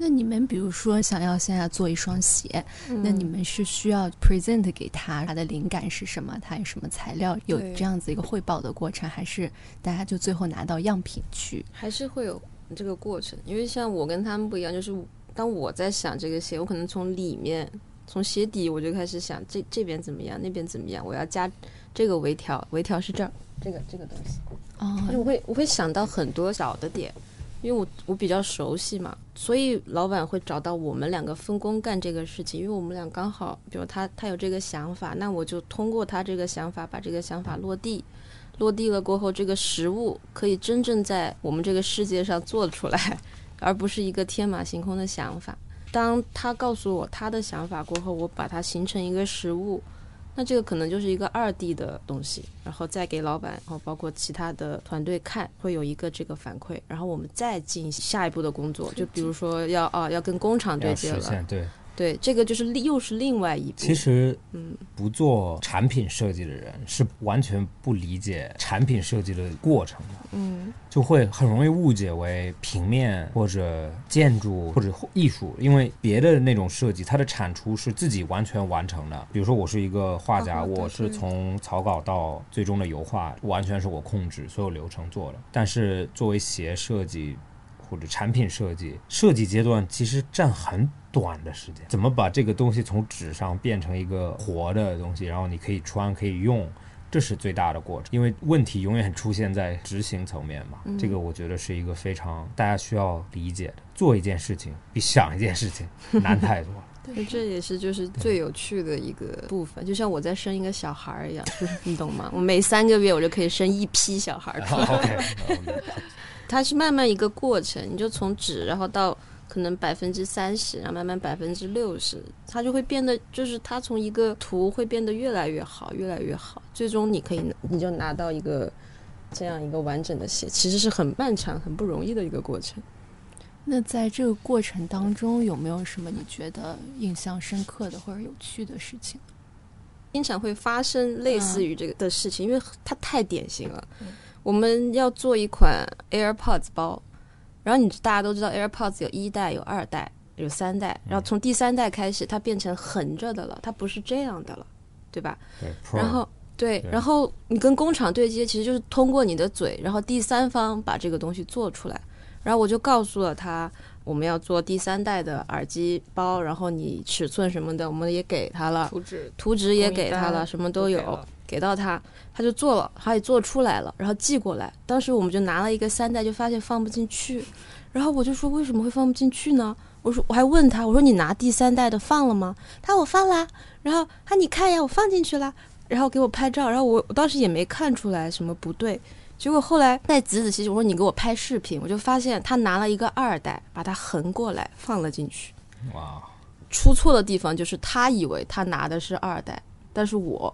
Speaker 1: 那你们比如说想要现在做一双鞋，那你
Speaker 3: 嗯
Speaker 1: 们是需要 present 给他，他的灵感是什么，他有什么材料，有
Speaker 3: 对
Speaker 1: 这样子一个汇报的过程，还是大家就最后拿到样品去？
Speaker 3: 还是会有这个过程，因为像我跟他们不一样，就是当我在想这个鞋，我可能从里面。从鞋底我就开始想这这边怎么样，那边怎么样，我要加这个微调，微调是这儿，这个这个东西。
Speaker 1: 哦
Speaker 3: 就是我会我会想到很多小的点，因为我我比较熟悉嘛，所以老板会找到我们两个分工干这个事情，因为我们俩刚好，比如他他有这个想法，那我就通过他这个想法把这个想法落地，落地了过后，这个实物可以真正在我们这个世界上做出来，而不是一个天马行空的想法。当他告诉我他的想法过后，我把它形成一个实物，那这个可能就是一个二 D 的东西，然后再给老板，然后包括其他的团队看，会有一个这个反馈，然后我们再进下一步的工作，就比如说要啊要跟工厂对
Speaker 2: 要
Speaker 3: 接
Speaker 2: 实
Speaker 3: 了，
Speaker 2: 现对。
Speaker 3: 对，这个就是另又是另外一步。
Speaker 2: 其实
Speaker 3: 嗯，
Speaker 2: 不做产品设计的人是完全不理解产品设计的过程的，
Speaker 4: 嗯，
Speaker 2: 就会很容易误解为平面或者建筑或者艺术，因为别的那种设计，它的产出是自己完全完成的。比如说，我是一个画家，
Speaker 4: 画画哦对
Speaker 2: 我是
Speaker 4: 对
Speaker 2: 从草稿到最终的油画，完全是我控制所有流程做的。但是作为鞋设计或者产品设计，设计阶段其实占很短的时间，怎么把这个东西从纸上变成一个活的东西，然后你可以穿，可以用。这是最大的过程，因为问题永远出现在执行层面嘛。
Speaker 4: 嗯
Speaker 2: 这个我觉得是一个非常大家需要理解的。做一件事情比想一件事情难太多了。
Speaker 3: 那这也是就是最有趣的一个部分，就像我在生一个小孩儿一样， (laughs) 你懂吗？我每三个月我就可以生一批小
Speaker 4: 哎
Speaker 3: 孩儿出来。
Speaker 4: (laughs)
Speaker 2: OK，
Speaker 3: 它是慢慢一个过程，你就从纸，然后到可能百分之三十，然后慢慢百分之六十，它就会变得，就是它从一个图会变得越来越好，越来越好，最终你可以，你就拿到一个这样一个完整的鞋，其实是很漫长、很不容易的一个过程。
Speaker 1: 那在这个过程当中，有没有什么你觉得印象深刻的或者有趣的事情？
Speaker 3: 经常会发生类似于这个的事情，因为它太典型了。我们要做一款 AirPods 包，然后你大家都知道 AirPods 有一代、有二代、有三代，然后从第三代开始，它变成横着的了，它不是这样的了，对吧？
Speaker 2: 对
Speaker 3: 然后对，
Speaker 2: 对
Speaker 3: 然后你跟工厂对接，其实就是通过你的嘴，然后第三方把这个东西做出来。然后我就告诉了他，我们要做第三代的耳机包，然后你尺寸什么的，我们也给他了。
Speaker 4: 图纸
Speaker 3: 图纸也
Speaker 4: 供应
Speaker 3: 给他
Speaker 4: 单
Speaker 3: 了，什么都
Speaker 4: 嗯给
Speaker 3: 有，
Speaker 4: 了
Speaker 3: 给到他，他就做了，他也做出来了，然后寄过来。当时我们就拿了一个三代，就发现放不进去，然后我就说为什么会放不进去呢？我说我还问他，我说你拿第三代的放了吗？他说我放啦，然后他你看呀，我放进去啦，然后给我拍照，然后我我当时也没看出来什么不对。结果后来再仔仔细细，我说你给我拍视频，我就发现他拿了一个二代，把它横过来放了进去。
Speaker 2: 哇，
Speaker 3: 出错的地方就是他以为他拿的是二代，但是我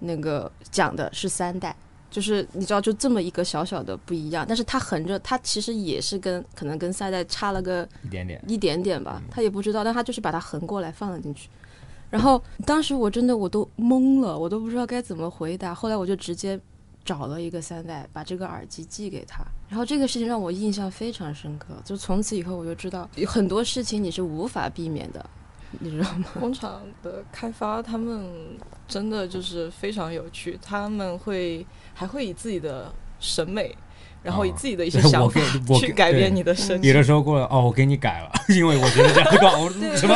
Speaker 3: 那个讲的是三代，就是你知道就这么一个小小的不一样，但是他横着，他其实也是跟可能跟三代差了个
Speaker 2: 一点点，
Speaker 3: 一点点吧，他也不知道，但他就是把它横过来放了进去。然后当时我真的我都懵了，我都不知道该怎么回答。后来我就直接找了一个三代，把这个耳机寄给他。然后这个事情让我印象非常深刻，就从此以后我就知道有很多事情你是无法避免的，你知道吗？ (laughs)
Speaker 4: 工厂的开发，他们真的就是非常有趣，他们会还会以自己的审美，然后以
Speaker 2: 啊
Speaker 4: 自
Speaker 2: (laughs)
Speaker 4: 己的一些
Speaker 2: 对
Speaker 4: 想
Speaker 2: 我
Speaker 4: 法
Speaker 2: 给我
Speaker 4: 去
Speaker 2: 给
Speaker 4: 改变
Speaker 2: 对
Speaker 4: 你的身体
Speaker 2: 有。的时候过来哦，我给你改了， (laughs) 因为我觉得这样
Speaker 4: (laughs)
Speaker 2: 搞，我说什么？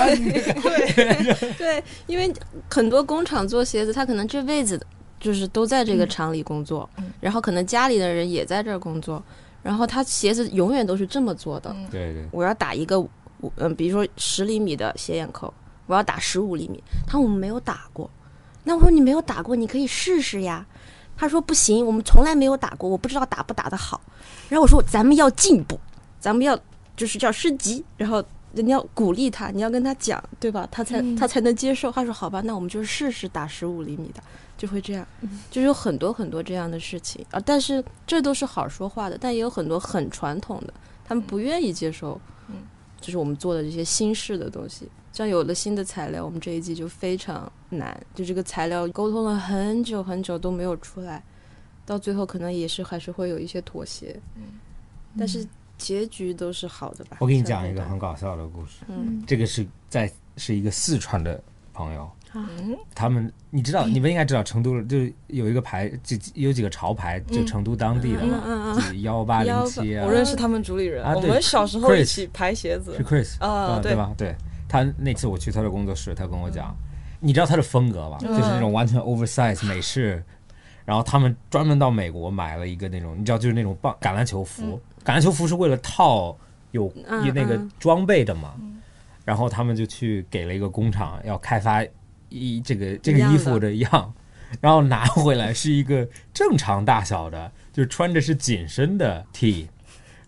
Speaker 3: 对，因为很多工厂做鞋子，他可能这辈子就是都在这个厂里工作，然后可能家里的人也在这儿工作，然后他鞋子永远都是这么做的。
Speaker 2: 对对，
Speaker 3: 我要打一个，嗯、比如说十厘米的斜眼扣，我要打十五厘米。他说我们没有打过，那我说你没有打过，你可以试试呀。他说不行，我们从来没有打过，我不知道打不打得好。然后我说咱们要进步，咱们要就是叫升级，然后人家要鼓励他，你要跟他讲，对吧？他才、他才能接受。他说好吧，那我们就试试打十五厘米的，就会这样，就是有很多很多这样的事情啊。但是这都是好说话的，但也有很多很传统的，他们不愿意接受，
Speaker 4: 嗯
Speaker 3: 就是我们做的这些新式的东西。像有了新的材料，我们这一季就非常难，就这个材料沟通了很久很久都没有出来，到最后可能也是还是会有一些妥协，但是结局都是好的吧。
Speaker 2: 我给你讲一个很搞笑的故事，
Speaker 3: 嗯
Speaker 2: 这个是在是一个四川的朋友，
Speaker 3: 啊
Speaker 4: 嗯，
Speaker 2: 他们你知道，你们应该知道成都就是有一个牌，就有几个潮牌，就成都当地的
Speaker 3: 嗯
Speaker 2: 嘛，
Speaker 3: 嗯嗯，
Speaker 2: 幺八零七啊，
Speaker 4: 我认识他们主理人，
Speaker 2: 啊
Speaker 4: 我
Speaker 2: 对
Speaker 4: 们小时候一
Speaker 2: Chris
Speaker 4: 起排鞋子
Speaker 2: 是。Chris
Speaker 4: 啊
Speaker 2: 呃
Speaker 4: 对
Speaker 2: 对吧？对他那次我去他的
Speaker 3: 嗯
Speaker 2: 工作室，他跟我讲，你知道他的风格吧？就是那种完全 oversize 美式，然后他们专门到美国买了一个那种，你知道，就是那种棒橄榄球服，橄榄球服是为了套有
Speaker 3: 嗯
Speaker 2: 一那个
Speaker 3: 嗯
Speaker 2: 装备的嘛，然后他们就去给了一个工厂，要开发一这个这个
Speaker 4: 一样
Speaker 2: 衣
Speaker 4: 的
Speaker 2: 服的样，然后拿回来是一个正常大小的，就穿着是紧身的 T，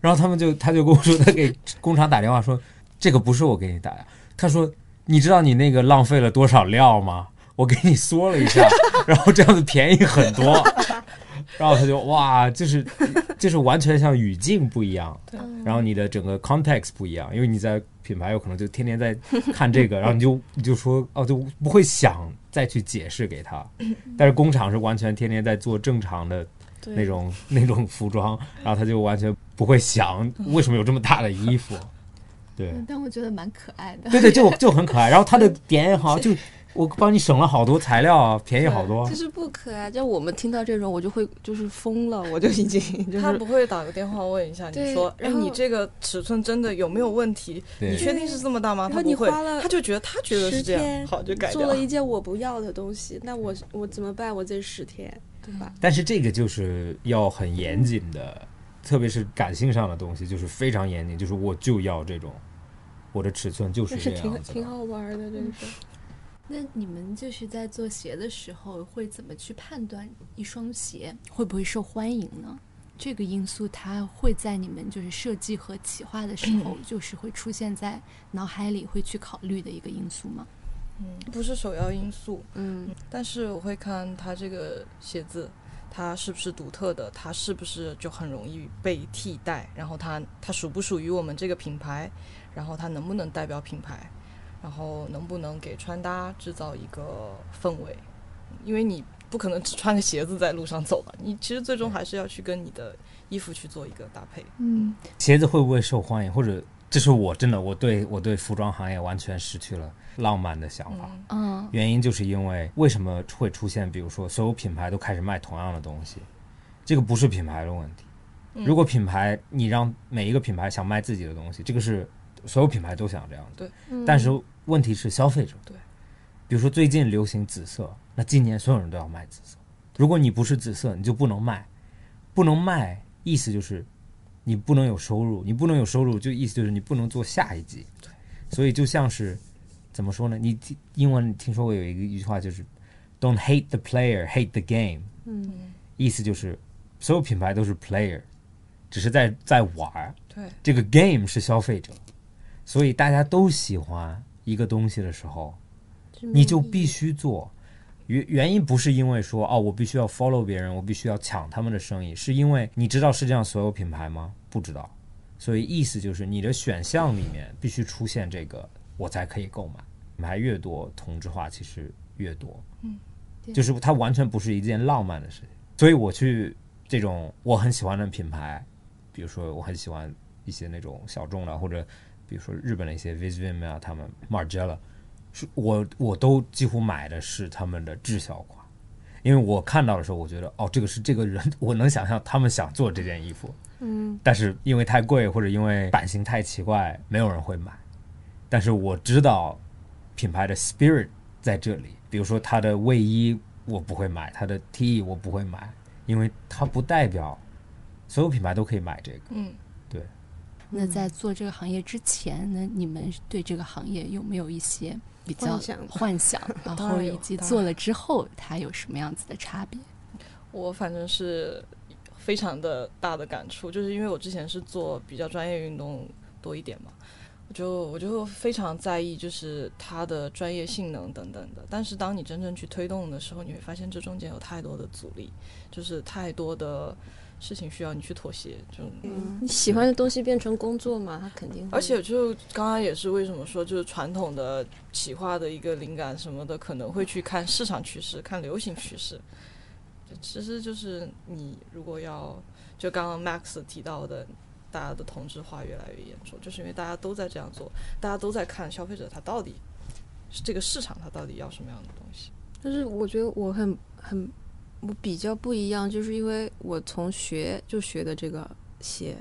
Speaker 2: 然后他们就他就跟我说，他给工厂打电话说，这个不是我给你打的，他说你知道你那个浪费了多少料吗？我给你缩了一下，然后这样子便宜很多，然后他就哇，就是就是完全像语境不一样，然后你的整个 context 不一样，因为你在品牌有可能就天天在看这个，然后你就你就说哦，就不会想再去解释给他，但是工厂是完全天天在做正常的
Speaker 4: 对
Speaker 2: 那种那种服装，然后他就完全不会想为什么有这么大的衣服，对。
Speaker 1: 但我觉得蛮可爱的。
Speaker 2: 对对，就就很可爱。然后它的点也好，就我帮你省了好多材料啊，便宜好
Speaker 4: 嗯
Speaker 2: 多
Speaker 3: 就。是不可爱。就我们听到这种，我就会就是疯了，我就已
Speaker 4: (laughs)
Speaker 3: 经就是
Speaker 4: 他不会打个电话问一下
Speaker 3: 对
Speaker 4: 你说，哎，
Speaker 3: 然后
Speaker 4: 你这个尺寸真的有没有问题？
Speaker 2: 对
Speaker 4: 你确定是这么大吗？
Speaker 5: 然
Speaker 4: 他
Speaker 5: 后你
Speaker 4: 不会
Speaker 5: 花了，
Speaker 4: 他就觉得他觉得是
Speaker 5: 10
Speaker 4: 这样，
Speaker 5: 天
Speaker 4: 好就改
Speaker 5: 做
Speaker 4: 掉
Speaker 5: 了一件我不要的东西，那我我怎么办？我这十天，对吧？
Speaker 2: 但是这个就是要很严谨的，特别是感性上的东西，就是非常严谨，就是我就要这种，我的尺寸就是
Speaker 5: 但
Speaker 2: 这
Speaker 5: 是挺
Speaker 2: 样子
Speaker 5: 挺
Speaker 2: 的。
Speaker 5: 好玩的，这个事儿。
Speaker 1: 那你们就是在做鞋的时候，会怎么去判断一双鞋会不会受欢迎呢？这个因素它会在你们就是设计和企划的时
Speaker 3: (clears throat)
Speaker 1: 候，就是会出现在脑海里会去考虑的一个因素吗？
Speaker 4: 嗯，不是首要因素。
Speaker 3: 嗯
Speaker 4: 但是我会看它这个鞋子，它是不是独特的，它是不是就很容易被替代，然后它它属不属于我们这个品牌，然后它能不能代表品牌，然后能不能给穿搭制造一个氛围，因为你不可能只穿个鞋子在路上走吧，你其实最终还是要去跟你的衣服去做一个搭配。
Speaker 1: 嗯，
Speaker 2: 鞋子会不会受欢迎？或者这是我真的我对我对服装行业完全失去了浪漫的想法。
Speaker 4: 嗯，
Speaker 1: 嗯，
Speaker 2: 原因就是因为为什么会出现，比如说所有品牌都开始卖同样的东西，这个不是品牌的问题。
Speaker 4: 嗯
Speaker 2: 如果品牌你让每一个品牌想卖自己的东西，这个是所有品牌都想这样的。但是问题是消费者。
Speaker 4: 对，
Speaker 2: 比如说最近流行紫色，那今年所有人都要卖紫色。如果你不是紫色，你就不能卖，不能卖，意思就是你不能有收入，你不能有收入，就意思就是你不能做下一季。对，所以就像是怎么说呢？你听英文听说过有一个一句话就是 "Don't hate the player, hate the game"，
Speaker 4: 嗯，
Speaker 2: 意思就是所有品牌都是 player，只是在在玩儿，
Speaker 4: 对，
Speaker 2: 这个 game 是消费者，所以大家都喜欢一个东西的时候，你就必须做。原原因不是因为说哦，我必须要 follow 别人，我必须要抢他们的生意，是因为你知道世界上所有品牌吗？不知道，所以意思就是你的选项里面必须出现这个，我才可以购买。品牌越多，同质化其实越多。嗯，就是它完全不是一件浪漫的事情。所以我去这种我很喜欢的品牌，比如说我很喜欢一些那种小众的，或者比如说日本的一些 Visvim 啊，他们 Margiela，是我我都几乎买的是他们的滞销款，因为我看到的时候，我觉得哦，这个是这个人，我能想象他们想做这件衣服，嗯，但是因为太贵或者因为版型太奇怪，没有人会买。但是我知道品牌的 spirit 在这里，比如说它的卫衣我不会买，它的 T E 我不会买，因为它不代表所有品牌都可以买这个。
Speaker 4: 嗯。
Speaker 1: 那在做这个行业之前，那你们对这个行业有没有一些比较
Speaker 5: 幻想
Speaker 1: 幻想？
Speaker 4: (laughs)
Speaker 1: 然
Speaker 4: 当
Speaker 1: 后
Speaker 4: 然有
Speaker 1: 以及
Speaker 4: 当
Speaker 1: 做
Speaker 4: 然
Speaker 1: 了之后，它有什么样子的差别？
Speaker 4: 我反正是非常的大的感触，就是因为我之前是做比较专业运动多一点嘛，我就我就非常在意就是它的专业性能等等的。但是当你真正去推动的时候，你会发现这中间有太多的阻力，就是太多的事情需要你去妥协，就
Speaker 3: 你喜欢的东西变成工作嘛，他肯定会。
Speaker 4: 而且就刚刚也是为什么说，就是传统的企划的一个灵感什么的，可能会去看市场趋势、看流行趋势。其实就是你如果要，就刚刚 Max 提到的，大家的同质化越来越严重，就是因为大家都在这样做，大家都在看消费者他到底是这个市场他到底要什么样的东西。
Speaker 3: 就是我觉得我很很我比较不一样，就是因为我从学就学的这个鞋，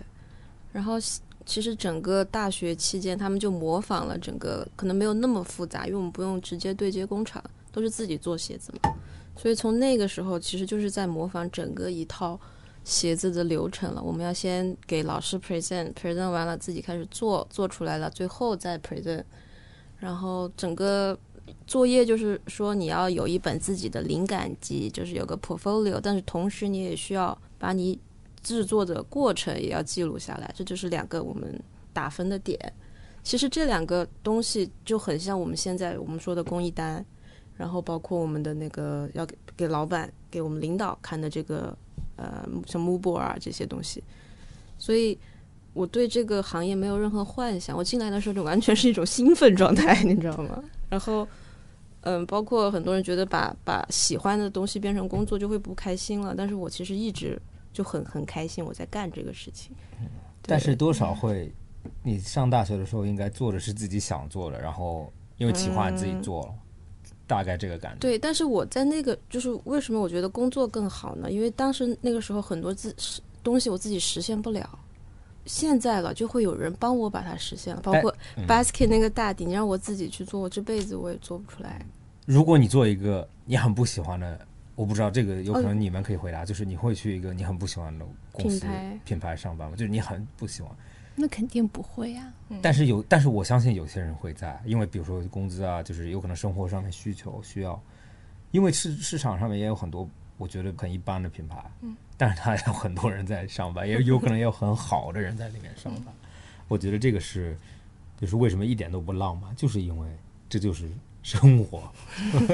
Speaker 3: 然后西其实整个大学期间，他们就模仿了整个，可能没有那么复杂，因为我们不用直接对接工厂，都是自己做鞋子嘛，所以从那个时候其实就是在模仿整个一套鞋子的流程了。我们要先给老师 present，present 完了自己开始做，做出来了，最后再 present。然后整个作业就是说你要有一本自己的灵感集，就是有个 portfolio，但是同时你也需要把你制作的过程也要记录下来，这就是两个我们打分的点。其实这两个东西就很像我们现在我们说的公益单，然后包括我们的那个要给给老板、给我们领导看的这个呃像 m o o b o 啊这些东西，所以我对这个行业没有任何幻想。我进来的时候就完全是一种兴奋状态，你知道吗？然后嗯，包括很多人觉得把把喜欢的东西变成工作就会不开心了，但是我其实一直就很很开心我在干这个事情。
Speaker 2: 但是多少会，你上大学的时候应该做的是自己想做的，然后因为企划你自己做了，大概这个感觉。
Speaker 3: 对，但是我在那个就是为什么我觉得工作更好呢？因为当时那个时候很多自是东西我自己实现不了，现在了就会有人帮我把它实现了，包
Speaker 2: 但
Speaker 3: 括
Speaker 2: 嗯
Speaker 3: basket 那个大底，你让我自己去做，我这辈子我也做不出来。
Speaker 2: 如果你做一个你很不喜欢的，我不知道这
Speaker 3: 嗯
Speaker 2: 个有可能你们可以回答，就是你会去一个你很不喜欢的公司
Speaker 3: 品牌
Speaker 2: 品牌上班吗？就是你很不喜欢，
Speaker 1: 那肯定不会啊呀、
Speaker 2: 但是有，但是我相信有些人会在，因为比如说工资啊，就是有可能生活上面需求需要，因为市市场上面也有很多我觉得很一般的品牌，嗯，但是他也有很多人在上班，也有可能也有很好的人在里面上班，
Speaker 4: 嗯
Speaker 2: 我觉得这个是，就是为什么一点都不浪漫，就是因为这就是生活，
Speaker 4: (laughs)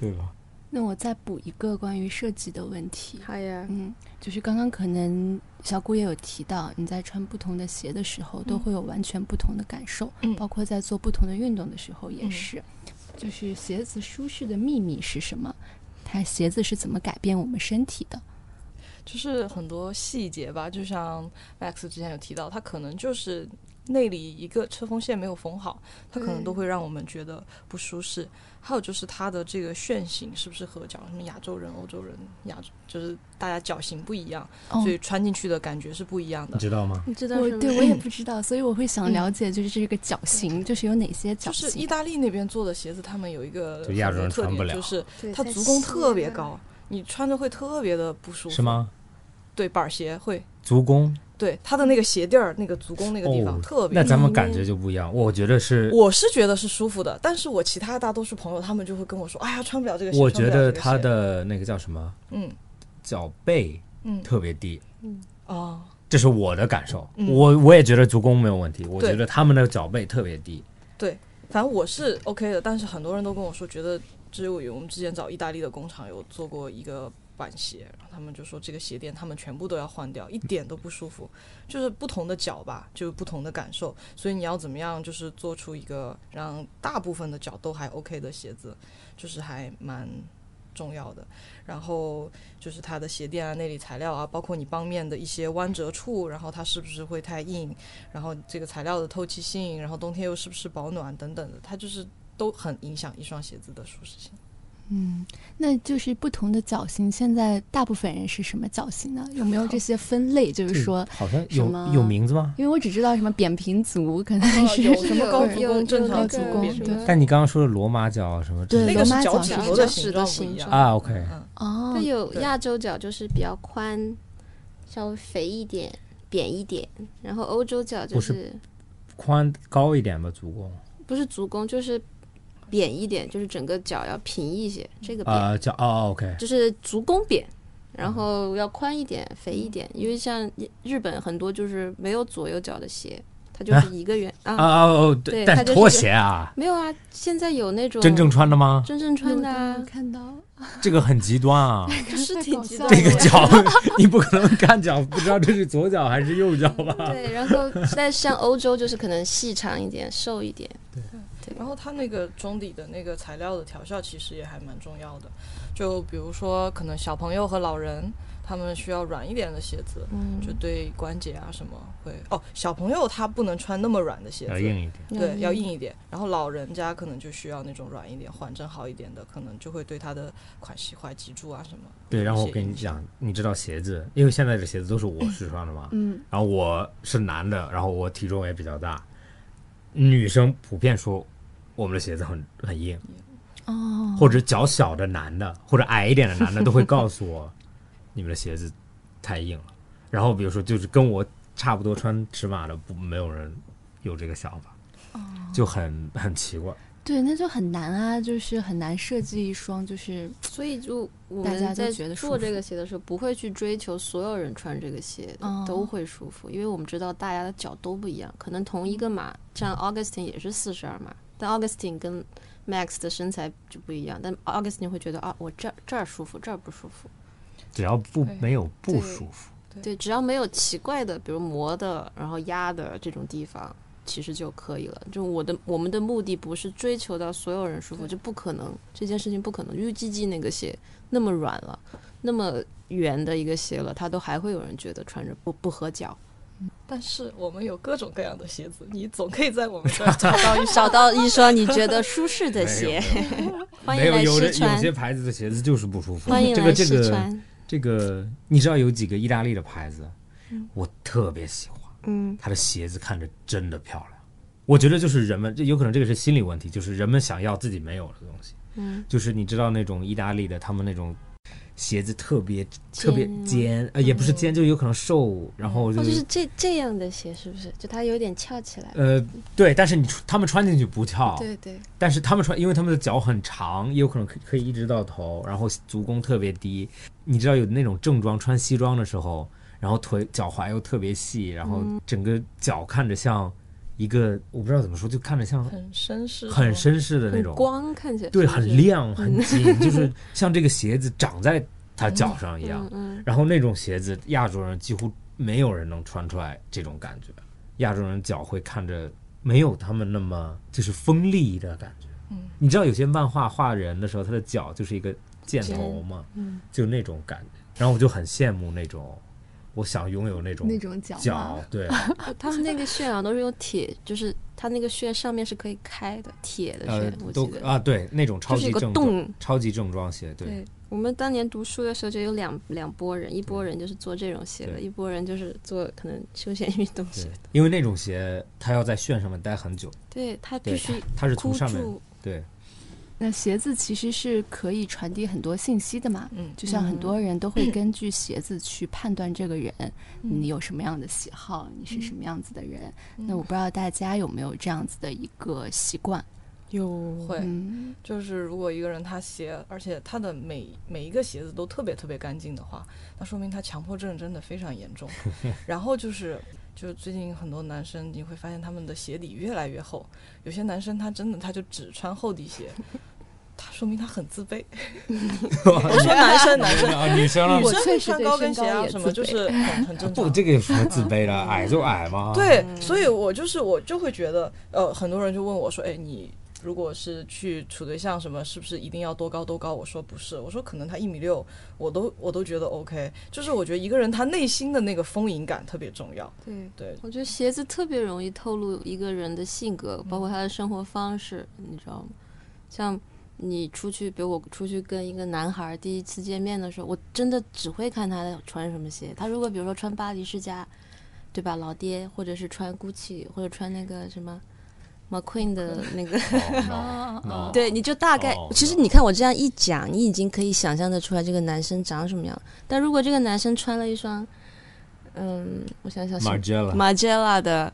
Speaker 2: 对吧？
Speaker 1: 那我再补一个关于设计的问题。
Speaker 3: 好呀，
Speaker 1: 嗯，就是刚刚可能小顾也有提到，你在穿不同的鞋的时候，都会有完全不同的感受，
Speaker 4: 嗯
Speaker 1: 包括在做不同的运动的时候也
Speaker 4: 嗯
Speaker 1: 是。就是鞋子舒适的秘密是什么？它鞋子是怎么改变我们身体的？
Speaker 4: 就是很多细节吧，就像 Max 之前有提到，它可能就是内里一个车缝线没有缝好，它可能
Speaker 2: 嗯
Speaker 5: 对
Speaker 4: 都会让我们觉得不舒适。还有就是它的这个楦型是不是合脚？什么亚洲人、欧洲人、亚洲就是大家脚型不一样，
Speaker 1: 哦
Speaker 4: 所，
Speaker 2: 嗯
Speaker 4: 以穿进去的感觉是不一样的。
Speaker 2: 知道吗？
Speaker 3: 你知道
Speaker 1: 我
Speaker 3: 是
Speaker 1: 对我也不知道，所以我会想了解，就是这个脚型，就是有哪些脚
Speaker 4: 嗯就是意
Speaker 1: 型？
Speaker 4: 大利那边做的鞋子，他们有一个
Speaker 2: 就亚洲人
Speaker 4: 很特
Speaker 2: 穿不
Speaker 4: 点
Speaker 2: 了
Speaker 4: 就是
Speaker 5: 对
Speaker 4: 它
Speaker 5: 在
Speaker 4: 足弓
Speaker 5: 西
Speaker 4: 特别
Speaker 5: 安
Speaker 4: 高，你穿着会特别的不舒服。
Speaker 2: 是？吗？
Speaker 4: 对，板儿鞋会。
Speaker 2: 足弓
Speaker 4: 对，它的那个鞋垫儿，那个足弓那个地方、
Speaker 2: 哦
Speaker 4: 特别
Speaker 2: 那咱们感觉就不一样，我觉得是。
Speaker 4: 我是觉得是舒服的，但是我其他大多数朋友他们就会跟我说：“哎呀，穿不了这个鞋。”
Speaker 2: 我觉
Speaker 4: 穿不了
Speaker 2: 得
Speaker 4: 这个
Speaker 2: 他
Speaker 4: 鞋
Speaker 2: 的那个叫什么
Speaker 4: 嗯
Speaker 2: 脚背
Speaker 4: 嗯
Speaker 2: 特别低，
Speaker 4: 哦，
Speaker 2: 这是我的感受。
Speaker 4: 嗯
Speaker 2: 我我也觉得足弓没有问题，我
Speaker 4: 对
Speaker 2: 觉得他们的脚背特别低。
Speaker 4: 反正我是 OK 的，但是很多人都跟我说，觉得只有我们之前找意大利的工厂有做过一个板鞋，然后他们就说这个鞋垫他们全部都要换掉，一点都不舒服，就是不同的脚吧，就是不同的感受，所以你要怎么样，就是做出一个让大部分的脚都还 OK 的鞋子，就是还蛮。重要的，然后就是它的鞋垫啊、内里材料啊，包括你帮面的一些弯折处，然后它是不是会太硬，然后这个材料的透气性，然后冬天又是不是保暖等等的，它就是都很影响一双鞋子的舒适性。
Speaker 1: 嗯，那就是不同的脚型，现在大部分人是什么脚型呢？有没有这些分类？就是
Speaker 4: 嗯
Speaker 1: 说，
Speaker 2: 好像
Speaker 1: 什
Speaker 2: 有
Speaker 1: 么呃
Speaker 2: 有名字吗？
Speaker 1: 因为我只知道什么扁平足，可能
Speaker 4: 哦
Speaker 1: 是、
Speaker 4: 有什么高足
Speaker 5: 有
Speaker 4: 弓、正
Speaker 5: 有
Speaker 4: 常
Speaker 5: 那
Speaker 4: 足
Speaker 5: 个
Speaker 4: 弓
Speaker 1: 什
Speaker 4: 的，
Speaker 1: 么
Speaker 2: 但你刚刚说的罗马脚什么之
Speaker 1: 对
Speaker 4: 那
Speaker 1: 罗
Speaker 2: 类的
Speaker 4: 个是
Speaker 1: 马脚
Speaker 4: 脚趾
Speaker 1: 是
Speaker 3: 脚
Speaker 4: 头的
Speaker 3: 趾
Speaker 4: 形
Speaker 3: 的
Speaker 4: 状不
Speaker 3: 形
Speaker 4: 一样
Speaker 3: 状
Speaker 2: 啊，OK，
Speaker 4: 嗯，
Speaker 1: 哦
Speaker 6: 它，有
Speaker 4: 对
Speaker 6: 亚洲脚就是比较宽，稍微肥一点、扁一点，然后欧洲脚就
Speaker 2: 不是
Speaker 6: 是
Speaker 2: 宽高一点吧，足弓
Speaker 6: 不是足弓，就是扁一点，就是整个脚要平一些，这个扁、
Speaker 2: 啊，脚哦，OK，
Speaker 6: 就是足弓扁，然后要宽一点、肥一点，因为像日日本很多就是没有左右脚的鞋，它就
Speaker 2: 啊
Speaker 6: 是一个圆啊
Speaker 2: 啊哦哦，
Speaker 6: 对
Speaker 2: 对但
Speaker 6: 它就是
Speaker 2: 拖鞋啊，
Speaker 6: 没有啊，现在有那种
Speaker 2: 真正穿的吗？
Speaker 6: 真正穿的、啊
Speaker 1: 有，看到
Speaker 2: 这个很极
Speaker 1: (laughs)
Speaker 2: 端啊，
Speaker 6: 就是
Speaker 1: 太
Speaker 6: 挺
Speaker 1: 搞
Speaker 6: 极
Speaker 1: 笑
Speaker 6: 端
Speaker 1: 了
Speaker 6: 的
Speaker 2: 这
Speaker 1: (laughs)
Speaker 2: 个脚你不可能看脚不知道这是左脚还是右脚吧？
Speaker 6: 对，然后但像欧洲就是可能细长一点、瘦一点，
Speaker 4: 然后它那个中底的那个材料的调校其实也还蛮重要的，就比如说可能小朋友和老人他们需要软一点的鞋子，
Speaker 6: 嗯，
Speaker 4: 就对关节啊什么会哦，小朋友他不能穿那么软的鞋
Speaker 2: 要
Speaker 4: 子，
Speaker 2: 硬一点，
Speaker 4: 对，要硬一点。然后老人家可能就需要那种软一点、缓震好一点的，可能就会对他的髋膝踝、脊柱啊什么。
Speaker 2: 对。然后
Speaker 4: 有
Speaker 2: 我
Speaker 4: 一些
Speaker 2: 跟你
Speaker 4: 影响
Speaker 2: 讲，你知道鞋子，因为现在的鞋子都是我试穿的嘛，
Speaker 1: 嗯，
Speaker 2: 然后我是男的，然后我体重
Speaker 3: 嗯
Speaker 2: 也比较大，女生普遍说我们的鞋子很很硬，
Speaker 4: 嗯
Speaker 1: 哦，
Speaker 2: 或者脚小的男的，或者矮一点的男的，都会告诉我，你们的鞋子太硬了。然后比如说，就是跟我差不多穿尺码的，不没有人有这个想法，
Speaker 3: 哦
Speaker 2: 就很很奇怪。
Speaker 1: 对，那就很难啊，就是很难设计一双，就是
Speaker 3: 所以就我
Speaker 1: 大家
Speaker 3: 们
Speaker 1: 都
Speaker 3: 在
Speaker 1: 觉得舒
Speaker 3: 做这
Speaker 1: 服
Speaker 3: 个鞋的时候，不会去追求所有人穿这个鞋的、
Speaker 1: 哦
Speaker 3: 都会舒服，因为我们知道大家的脚都不一样，可能同一个码，像 Augustine 也是四十二码，但 Augustine 跟 Max 的身材就不一样，但 Augustine 会觉得啊，我这儿这儿舒服，这儿不舒服。
Speaker 2: 只要不
Speaker 4: 对
Speaker 2: 没有不
Speaker 3: 对
Speaker 2: 舒服，
Speaker 3: 对，只要没有奇怪的，比如磨的，然后压的这种地方，其实就可以了。就我的我们的目的不是追求到所有人舒服，就不可能这件事情不可能。UGG 那个鞋那么软了，那么圆的一个鞋了，它都还会有人觉得穿着不不合脚，
Speaker 4: 但是我们有各种各样的鞋子，你总可以在我们这儿找到一
Speaker 3: 找到哦一双你觉得舒适的
Speaker 2: 没有
Speaker 3: 鞋， (laughs) 欢
Speaker 2: 没
Speaker 3: 迎
Speaker 2: 有
Speaker 3: 来
Speaker 2: 有
Speaker 3: 试
Speaker 2: 的有
Speaker 3: 穿，
Speaker 2: 些牌子的鞋子就是不舒服。
Speaker 3: 欢迎
Speaker 2: 这个
Speaker 3: 来
Speaker 2: 这
Speaker 3: 试
Speaker 2: 个
Speaker 3: 穿。
Speaker 2: 这个，你知道有几个意大利的牌子，
Speaker 3: 嗯
Speaker 2: 我特别喜欢。
Speaker 7: 嗯，
Speaker 2: 它的鞋子看着真的漂亮。我觉得就是人们，这有可能这个是心理问题，就是人们想要自己没有的东西。
Speaker 3: 嗯，
Speaker 2: 就是你知道那种意大利的，他们那种鞋子特别
Speaker 3: 尖嗯
Speaker 2: 特别尖，呃，也不是尖，就有可能瘦，然后
Speaker 3: 哦，
Speaker 2: 就
Speaker 3: 就是
Speaker 2: 是
Speaker 3: 这这样的鞋是不是？就它有点翘起来。
Speaker 2: 呃，对，但是你他们穿进去不翘，
Speaker 3: 对对，
Speaker 2: 但是他们穿，因为他们的脚很长，也有可能可可以一直到头，然后足弓特别低。你知道有那种正装穿西装的时候，然后腿脚踝又特别细，然后整个脚看着像一个，我不知道怎么说，就看着像
Speaker 4: 嗯很绅士，
Speaker 2: 很绅士的那
Speaker 3: 很
Speaker 2: 种，
Speaker 3: 光看起来
Speaker 2: 对，
Speaker 3: 是不嗯是
Speaker 2: 很亮很紧，就是像这个鞋子长在他脚上一样
Speaker 3: 嗯。嗯，
Speaker 2: 然后那种鞋子，亚洲人几乎没有人能穿出来这种感觉。亚洲人脚会看着没有他们那么就是锋利的感觉。
Speaker 4: 嗯，
Speaker 2: 你知道有些漫画画人的时候，他的脚就是一个箭头嘛，
Speaker 1: 嗯，
Speaker 2: 就那种感觉。然后我就很羡慕那种，我想拥有那种
Speaker 1: 那种脚
Speaker 2: 脚，
Speaker 3: (laughs)
Speaker 2: 对，
Speaker 3: 他们那个楦好像都是用铁，就是它那个楦上面是可以开的，铁的楦，
Speaker 2: 呃，
Speaker 3: 我
Speaker 2: 都
Speaker 3: 记得。
Speaker 2: 啊，对，那种超
Speaker 3: 就是
Speaker 2: 级
Speaker 3: 有个
Speaker 2: 正装，
Speaker 3: 洞，
Speaker 2: 超级正装鞋，对，
Speaker 3: 对我们当年读书的时候就有两两拨人，一拨人就是做这种鞋的，
Speaker 2: 对
Speaker 3: 一拨人就是做可能休闲运动
Speaker 2: 对
Speaker 3: 鞋。，
Speaker 2: 因为那种鞋它要在楦上面待很久，
Speaker 3: 对，它必
Speaker 2: 对，它
Speaker 3: 须
Speaker 2: 它是从
Speaker 3: 箍
Speaker 2: 上面，
Speaker 3: 住。 (laughs)
Speaker 2: 对，
Speaker 1: 那鞋子其实是可以传递很多信息的嘛，
Speaker 4: 嗯
Speaker 1: 就像很
Speaker 3: 嗯
Speaker 1: 多人都会根据鞋子去判断这个人，你有什么样的喜好，你是什么样子的人。那我不知道大家有没有这样子的一个习惯，
Speaker 4: 有会。
Speaker 1: 嗯，
Speaker 4: 就是如果一个人他鞋，而且他的每每一个鞋子都特别特别干净的话，那说明他强迫症真的非
Speaker 1: (laughs)
Speaker 4: 常严重。然后就是，就是最近很多男生你会发现他们的鞋底越来越厚，有些男生他真的他就只穿厚底
Speaker 1: (laughs)
Speaker 4: 鞋，他说明他很自卑。我说男生男生，
Speaker 2: 啊，女生
Speaker 1: (laughs)
Speaker 4: 女
Speaker 1: 我
Speaker 4: 生
Speaker 1: 确
Speaker 4: 会
Speaker 1: 实
Speaker 4: 穿
Speaker 1: 对
Speaker 4: 高
Speaker 1: 身
Speaker 4: 跟鞋
Speaker 1: 高
Speaker 4: 啊
Speaker 1: 也
Speaker 4: 什
Speaker 1: 自
Speaker 4: 么，就
Speaker 1: 卑
Speaker 4: 是很很正
Speaker 2: 啊
Speaker 1: (laughs)
Speaker 2: 不，
Speaker 4: 常。
Speaker 2: 这个有什么自卑的？矮就矮嘛。，
Speaker 4: 对，所以我就是我就会觉得，呃，很多人就问我说，哎，你如果是去处对象什么，是不是一定要多高多高？我说不是，我说可能他一米六，我都我都觉得 OK。就是我觉得一个人他内心的那个丰盈感特别重要。
Speaker 3: 对，
Speaker 4: 对，
Speaker 3: 我觉得鞋子特别容易透露一个人的性格，包括他的生活方式，你知道吗？像你出去，比如我出去跟一个男孩儿第一次见面的时候，我真的只会看他穿什么鞋。他如果比如说穿巴黎世家，对吧，老爹，或者是穿 GUCCI，或者穿那个什么 McQueen 的那个，
Speaker 1: (laughs)
Speaker 2: 哦
Speaker 3: 对，你就大概
Speaker 2: 哦。
Speaker 3: 其实你看我这样一讲，你已经可以想象得出来这个男生长什么样。但如果这个男生穿了一双，嗯，我想想是
Speaker 2: ，Margiela
Speaker 3: 马 l 拉的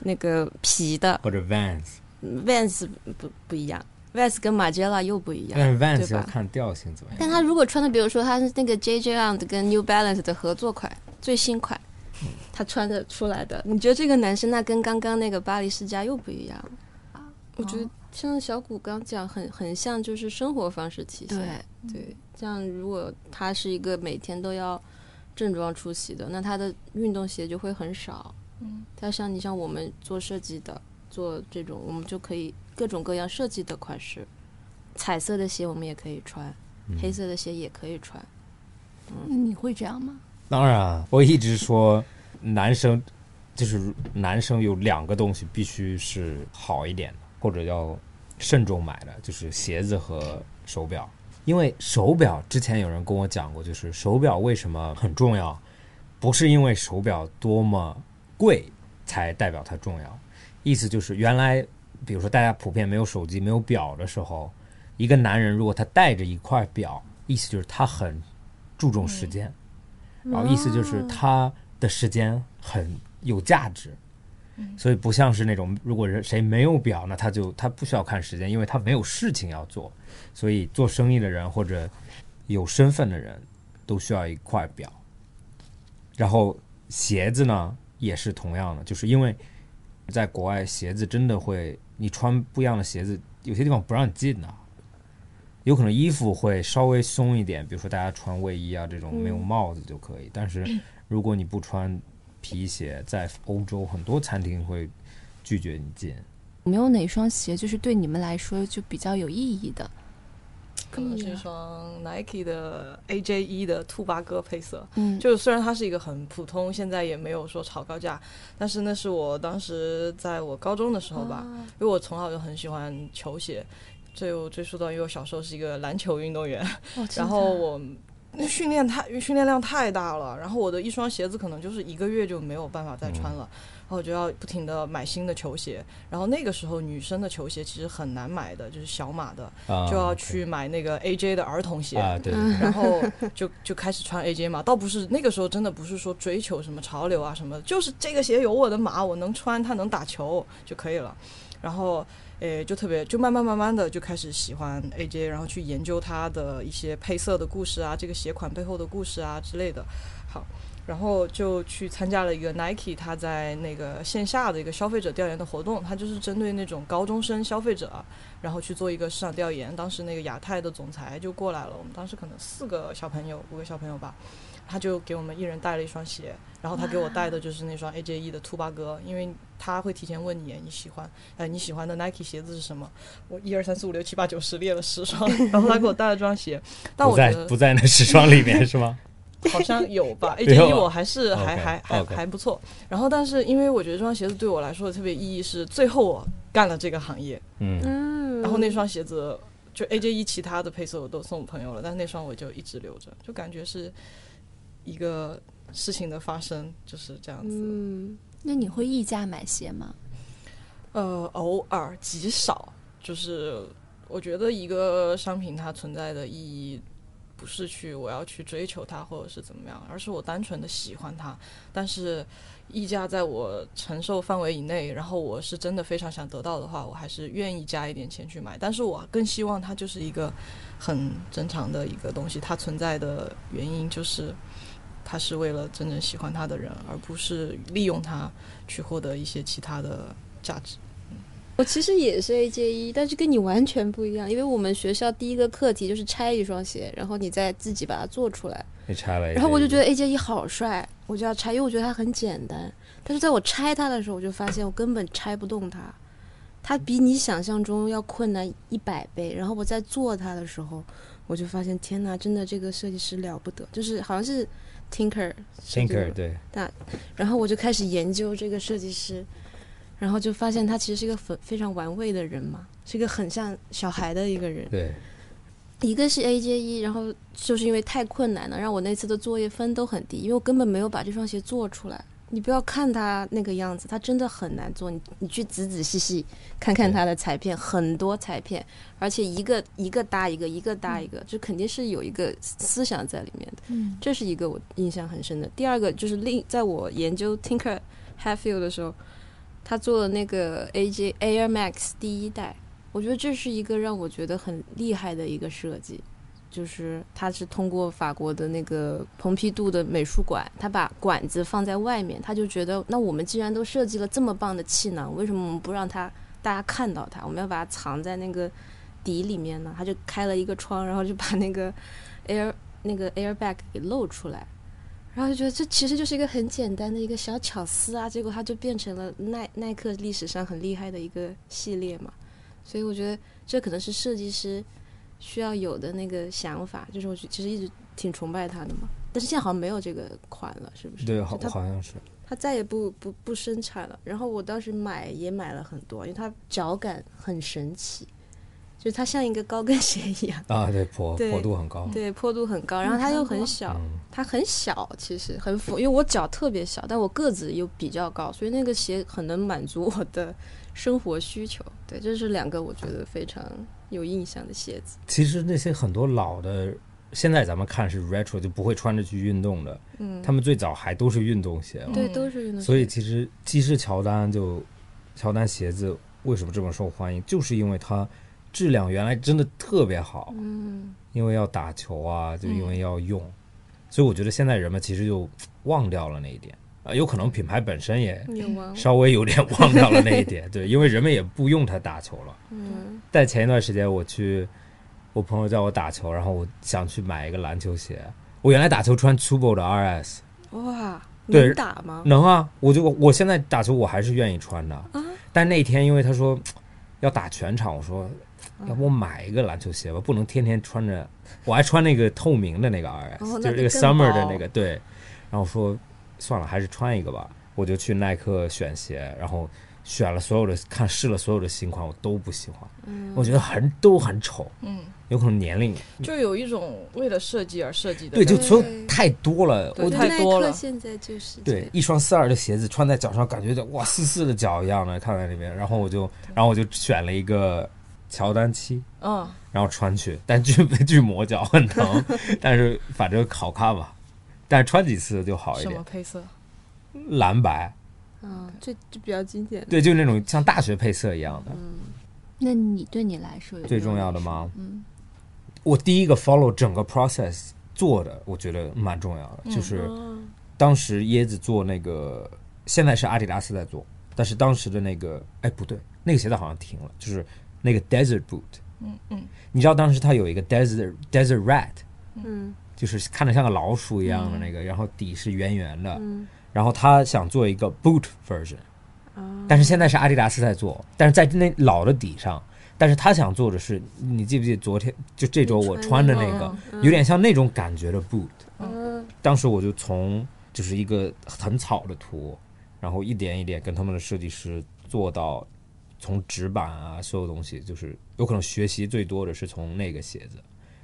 Speaker 3: 那个皮的
Speaker 2: 或者 Vans，
Speaker 3: Vans 不不一样，Vans 跟马 l 拉又不一样。
Speaker 2: 但是 Vans
Speaker 3: 对吧
Speaker 2: 要看调性怎么样。
Speaker 3: 但他如果穿的，比如说他是那个 JJ and 跟 New Balance 的合作款，最新款，他穿的出来的，你觉得这个男生那跟刚刚那个巴黎世家又不一样？我觉得像小谷刚讲，很很像就是生活方式体现。
Speaker 1: 对，
Speaker 3: 对，嗯这样如果他是一个每天都要正装出席的，那他的运动鞋就会很少。嗯，他像你像我们做设计的，做这种我们就可以各种各样设计的款式，彩色的鞋我们也可以穿，黑色的鞋也可以穿。
Speaker 1: 你会这样吗？
Speaker 2: 当然啊，我一直说男生就是男生有两个东西必须是好一点的，或者要慎重买的，就是鞋子和手表。因为手表之前有人跟我讲过，就是手表为什么很重要，不是因为手表多么贵才代表它重要，意思就是原来比如说大家普遍没有手机、没有表的时候，一个男人如果他带着一块表，意思就是他很注重时间，然后意思就是他的时间很有价值。所以不像是那种，如果人谁没有表，那他就他不需要看时间，因为他没有事情要做。所以做生意的人或者有身份的人都需要一块表。然后鞋子呢也是同样的，就是因为在国外鞋子真的会，你穿不一样的鞋子，有些地方不让你进的。有可能衣服会稍微松一点，比如说大家穿卫衣啊这种没有帽子就可以，但是如果你不穿皮鞋，在欧洲很多餐厅会拒绝你进。
Speaker 1: 有没有哪双鞋就是对你们来说就比较有意义的？
Speaker 4: 可能嗯是一双 Nike 的 AJ 一的兔八哥配色，
Speaker 1: 嗯
Speaker 4: 就是虽然它是一个很普通，现在也没有说炒高价，但是那是我当时在我高中的时候吧，因为我从小就很喜欢球鞋，这又追溯到因为我小时候是一个篮球运动员，
Speaker 1: 哦
Speaker 4: 然后我那训练太训练量太大了，然后我的一双鞋子可能就是一个月就没有办法再穿了，然后我就要不停的买新的球鞋，然后那个时候女生的球鞋其实很难买的，就是小码的，
Speaker 2: 啊
Speaker 4: 就要去买那个 AJ 的儿童鞋，
Speaker 2: 啊，对对对，
Speaker 4: 然后就就开始穿 AJ 嘛，倒不是那个时候真的不是说追求什么潮流啊什么的，就是这个鞋有我的码，我能穿，它能打球就可以了。然后，诶，就特别就慢慢慢慢的就开始喜欢 AJ，然后去研究它的一些配色的故事啊，这个鞋款背后的故事啊之类的。好，然后就去参加了一个 Nike 它在那个线下的一个消费者调研的活动，它就是针对那种高中生消费者啊、然后去做一个市场调研。当时那个亚太的总裁就过来了，我们当时可能四个小朋友，五个小朋友吧，他就给我们一人带了一双鞋，然后他给我
Speaker 2: 嗯
Speaker 4: 带的就是那双 AJ 一的兔八哥，因为他会提前问你你喜欢，呃，你喜欢的 Nike 鞋子是什么？我一二三四五六七八九十列了
Speaker 2: (laughs)
Speaker 4: 十双，然后他给我带了这双鞋，但
Speaker 2: 不
Speaker 4: 我觉
Speaker 2: 在
Speaker 4: 得
Speaker 2: 不在那时装里面是吗？
Speaker 4: 好像有
Speaker 2: (laughs)
Speaker 4: 吧
Speaker 2: 有
Speaker 4: ，AJ 一我还是
Speaker 2: OK，
Speaker 4: 还还还
Speaker 2: 哦 OK
Speaker 4: 还不错。然后，但是因为我觉得这双鞋子对我来说的特别意义是，最后我干了这个行业，
Speaker 2: 嗯，
Speaker 3: 嗯
Speaker 4: 然后那双鞋子就 AJ 一其他的配色我都送我朋友了，但那双我就一直留着，就感觉是一个事情的发生就是这样子。
Speaker 8: 嗯，
Speaker 1: 那你会溢价买鞋吗？
Speaker 4: 呃，偶尔极少，就是我觉得一个商品它存在的意义，不是去我要去追求它或者是怎么样，而是我单纯的喜欢它，但是溢价在我承受范围以内，然后我是真的非常想得到的话，我还是愿意加一点钱去买，但是我更希望它就是一个很正常的一个东西，它存在的原因就是。它是为了真正喜欢它的人，而不是利用它去获得一些其他的价值。
Speaker 3: 我其实也是 AJ 一，但是跟你完全不一样，因为我们学校第一个课题就是拆一双鞋，然后你再自己把它做出来。
Speaker 2: 你拆了，
Speaker 3: 然后我就觉
Speaker 2: 得
Speaker 3: 得 AJ 一好帅，我就要拆，因为我觉得它很简单。但是在我拆它的时候，我就发现我根本拆不动它，它比你想象中要困难一百倍。然后我在做它的时候，我就发现天哪，真的这个设计师了不得，就是好像是 Tinker 设计的
Speaker 2: Tinker 对，
Speaker 3: 然后我就开始研究这个设计师，然后就发现他其实是一个非非常玩味的人嘛，是一个很像小孩的一个人。
Speaker 2: 对，
Speaker 3: 一个是 AJ 一，然后就是因为太困难了，让我那次的作业分都很低，因为我根本没有把这双鞋做出来。你不要看它那个样子，它真的很难做。你你去仔仔细细看看它的裁片，很多裁片，而且一个一个搭一个，一个搭一个，就肯定是有一个思想在里面的。
Speaker 4: 嗯
Speaker 3: 这是一个我印象很深的。第二个就是另在我研究 Tinker Hatfield 的时候，他做了那个 AJ Air Max 第一代，我觉得这是一个让我觉得很厉害的一个设计，就是它是通过法国的那个蓬皮杜的美术馆，他把管子放在外面，他就觉得那我们既然都设计了这么棒的气囊，为什么我们不让它大家看到它？我们要把它藏在那个底里面呢？他就开了一个窗，然后就把那个 (laughs) Air 那个 airbag 给露出来，然后就觉得这其实就是一个很简单的一个小巧思啊，结果它就变成了耐耐克历史上很厉害的一个系列嘛，所以我觉得这可能是设计师需要有的那个想法，就是我其实一直挺崇拜他的嘛，但是现在好像没有这个款了，是不是？
Speaker 2: 对，
Speaker 3: 就
Speaker 2: 好
Speaker 3: 它
Speaker 2: 好像是，
Speaker 3: 它再也不不不生产了。然后我当时买也买了很多，因为它脚感很神奇，就是它像一个高跟鞋一样，
Speaker 2: 啊，对，坡
Speaker 3: 对啊
Speaker 2: 坡度很高，
Speaker 3: 对，坡度很高，然后它又很小，
Speaker 2: 嗯，
Speaker 3: 它很小，其实很符，因为我脚特别小，但我个子又比较高，所以那个鞋很能满足我的生活需求。对，这是两个我觉得非常有印象的鞋子。
Speaker 2: 其实那些很多老的，现在咱们看是 retro 就不会穿着去运动的，
Speaker 3: 嗯，
Speaker 2: 他们最早还都是运动鞋嘛，
Speaker 3: 对，
Speaker 4: 嗯
Speaker 3: 都是运动鞋。
Speaker 2: 所以其实既是乔丹就，乔丹鞋子为什么这么受欢迎，就是因为它质量原来真的特别好，
Speaker 3: 嗯，
Speaker 2: 因为要打球啊，就因为要用，所以我觉得现在人们其实就忘掉了那一点啊、有可能品牌本身也
Speaker 3: 有吗？
Speaker 2: 稍微有点忘掉了那一点，对，因为人们也不用它打球了。
Speaker 3: 嗯
Speaker 2: 但前一段时间我去，我朋友叫我打球，然后我想去买一个篮球鞋。我原来打球穿 Tubo 的 RS，
Speaker 3: 哇，
Speaker 2: 对
Speaker 3: 能打吗？
Speaker 2: 能啊，我就我现在打球我还是愿意穿的。但那天因为他说要打全场，我说要不我买一个篮球鞋吧，不能天天穿着。我还穿那个透明的那个 RS，、
Speaker 3: 哦
Speaker 2: 就是
Speaker 3: 那
Speaker 2: 那
Speaker 3: 就
Speaker 2: 个
Speaker 3: 更
Speaker 2: Summer 的
Speaker 3: 薄
Speaker 2: 那个对。然后说算了，还是穿一个吧。我就去耐克选鞋，然后选了所有的看试了所有的新款，我都不喜欢，我觉得很都很丑，
Speaker 4: 嗯，
Speaker 2: 有可能年龄
Speaker 4: 就有一种为了设计而设计
Speaker 2: 嗯
Speaker 4: 的
Speaker 2: 对，
Speaker 4: 感觉，
Speaker 2: 就所有太多了。
Speaker 4: 对
Speaker 2: 我
Speaker 4: 太多了
Speaker 9: 耐克现在就是这
Speaker 2: 对
Speaker 9: 样，
Speaker 2: 一双四二的鞋子穿在脚上，感觉就哇丝丝的脚一样的，看在那边。然后我就，然后我就选了一个乔丹七，
Speaker 4: 嗯，
Speaker 2: 然后穿去，但巨巨磨脚，很疼，但是反正好看吧。但是穿几次就好一
Speaker 4: 什么
Speaker 2: 点，
Speaker 4: 配色？
Speaker 2: 蓝白，
Speaker 3: 嗯，
Speaker 9: 这这比较经典的。
Speaker 2: 对，就那种像大学配色一样的。
Speaker 1: 那你对你来说有
Speaker 2: 最
Speaker 1: 没有
Speaker 2: 重要
Speaker 1: 哪
Speaker 2: 的
Speaker 1: 双
Speaker 2: 吗？
Speaker 1: 嗯，
Speaker 2: 我第一个 follow 整个 process 做的，我觉得蛮重要的，就是
Speaker 4: 嗯
Speaker 2: 当时椰子做那个，现在是阿迪达斯在做，但是当时的那个，哎，不对，那个鞋子好像停了，就是那个 desert boot，
Speaker 4: 嗯嗯
Speaker 2: 你知道当时它有一个 desert desert rat，
Speaker 3: 嗯
Speaker 2: 就是看着像个老鼠一样的那个，然后底是圆圆的，然后他想做一个 boot version，、但是现在是阿迪达斯在做，但是在那老的底上，但是他想做的是，你记不记得昨天就这周我穿的那个，嗯有点像那种感觉的 boot，、
Speaker 3: 嗯
Speaker 2: 当时我就从就是一个很草的图，然后一点一点跟他们的设计师做到。从纸板啊，所有东西，就是有可能学习最多的是从那个鞋子，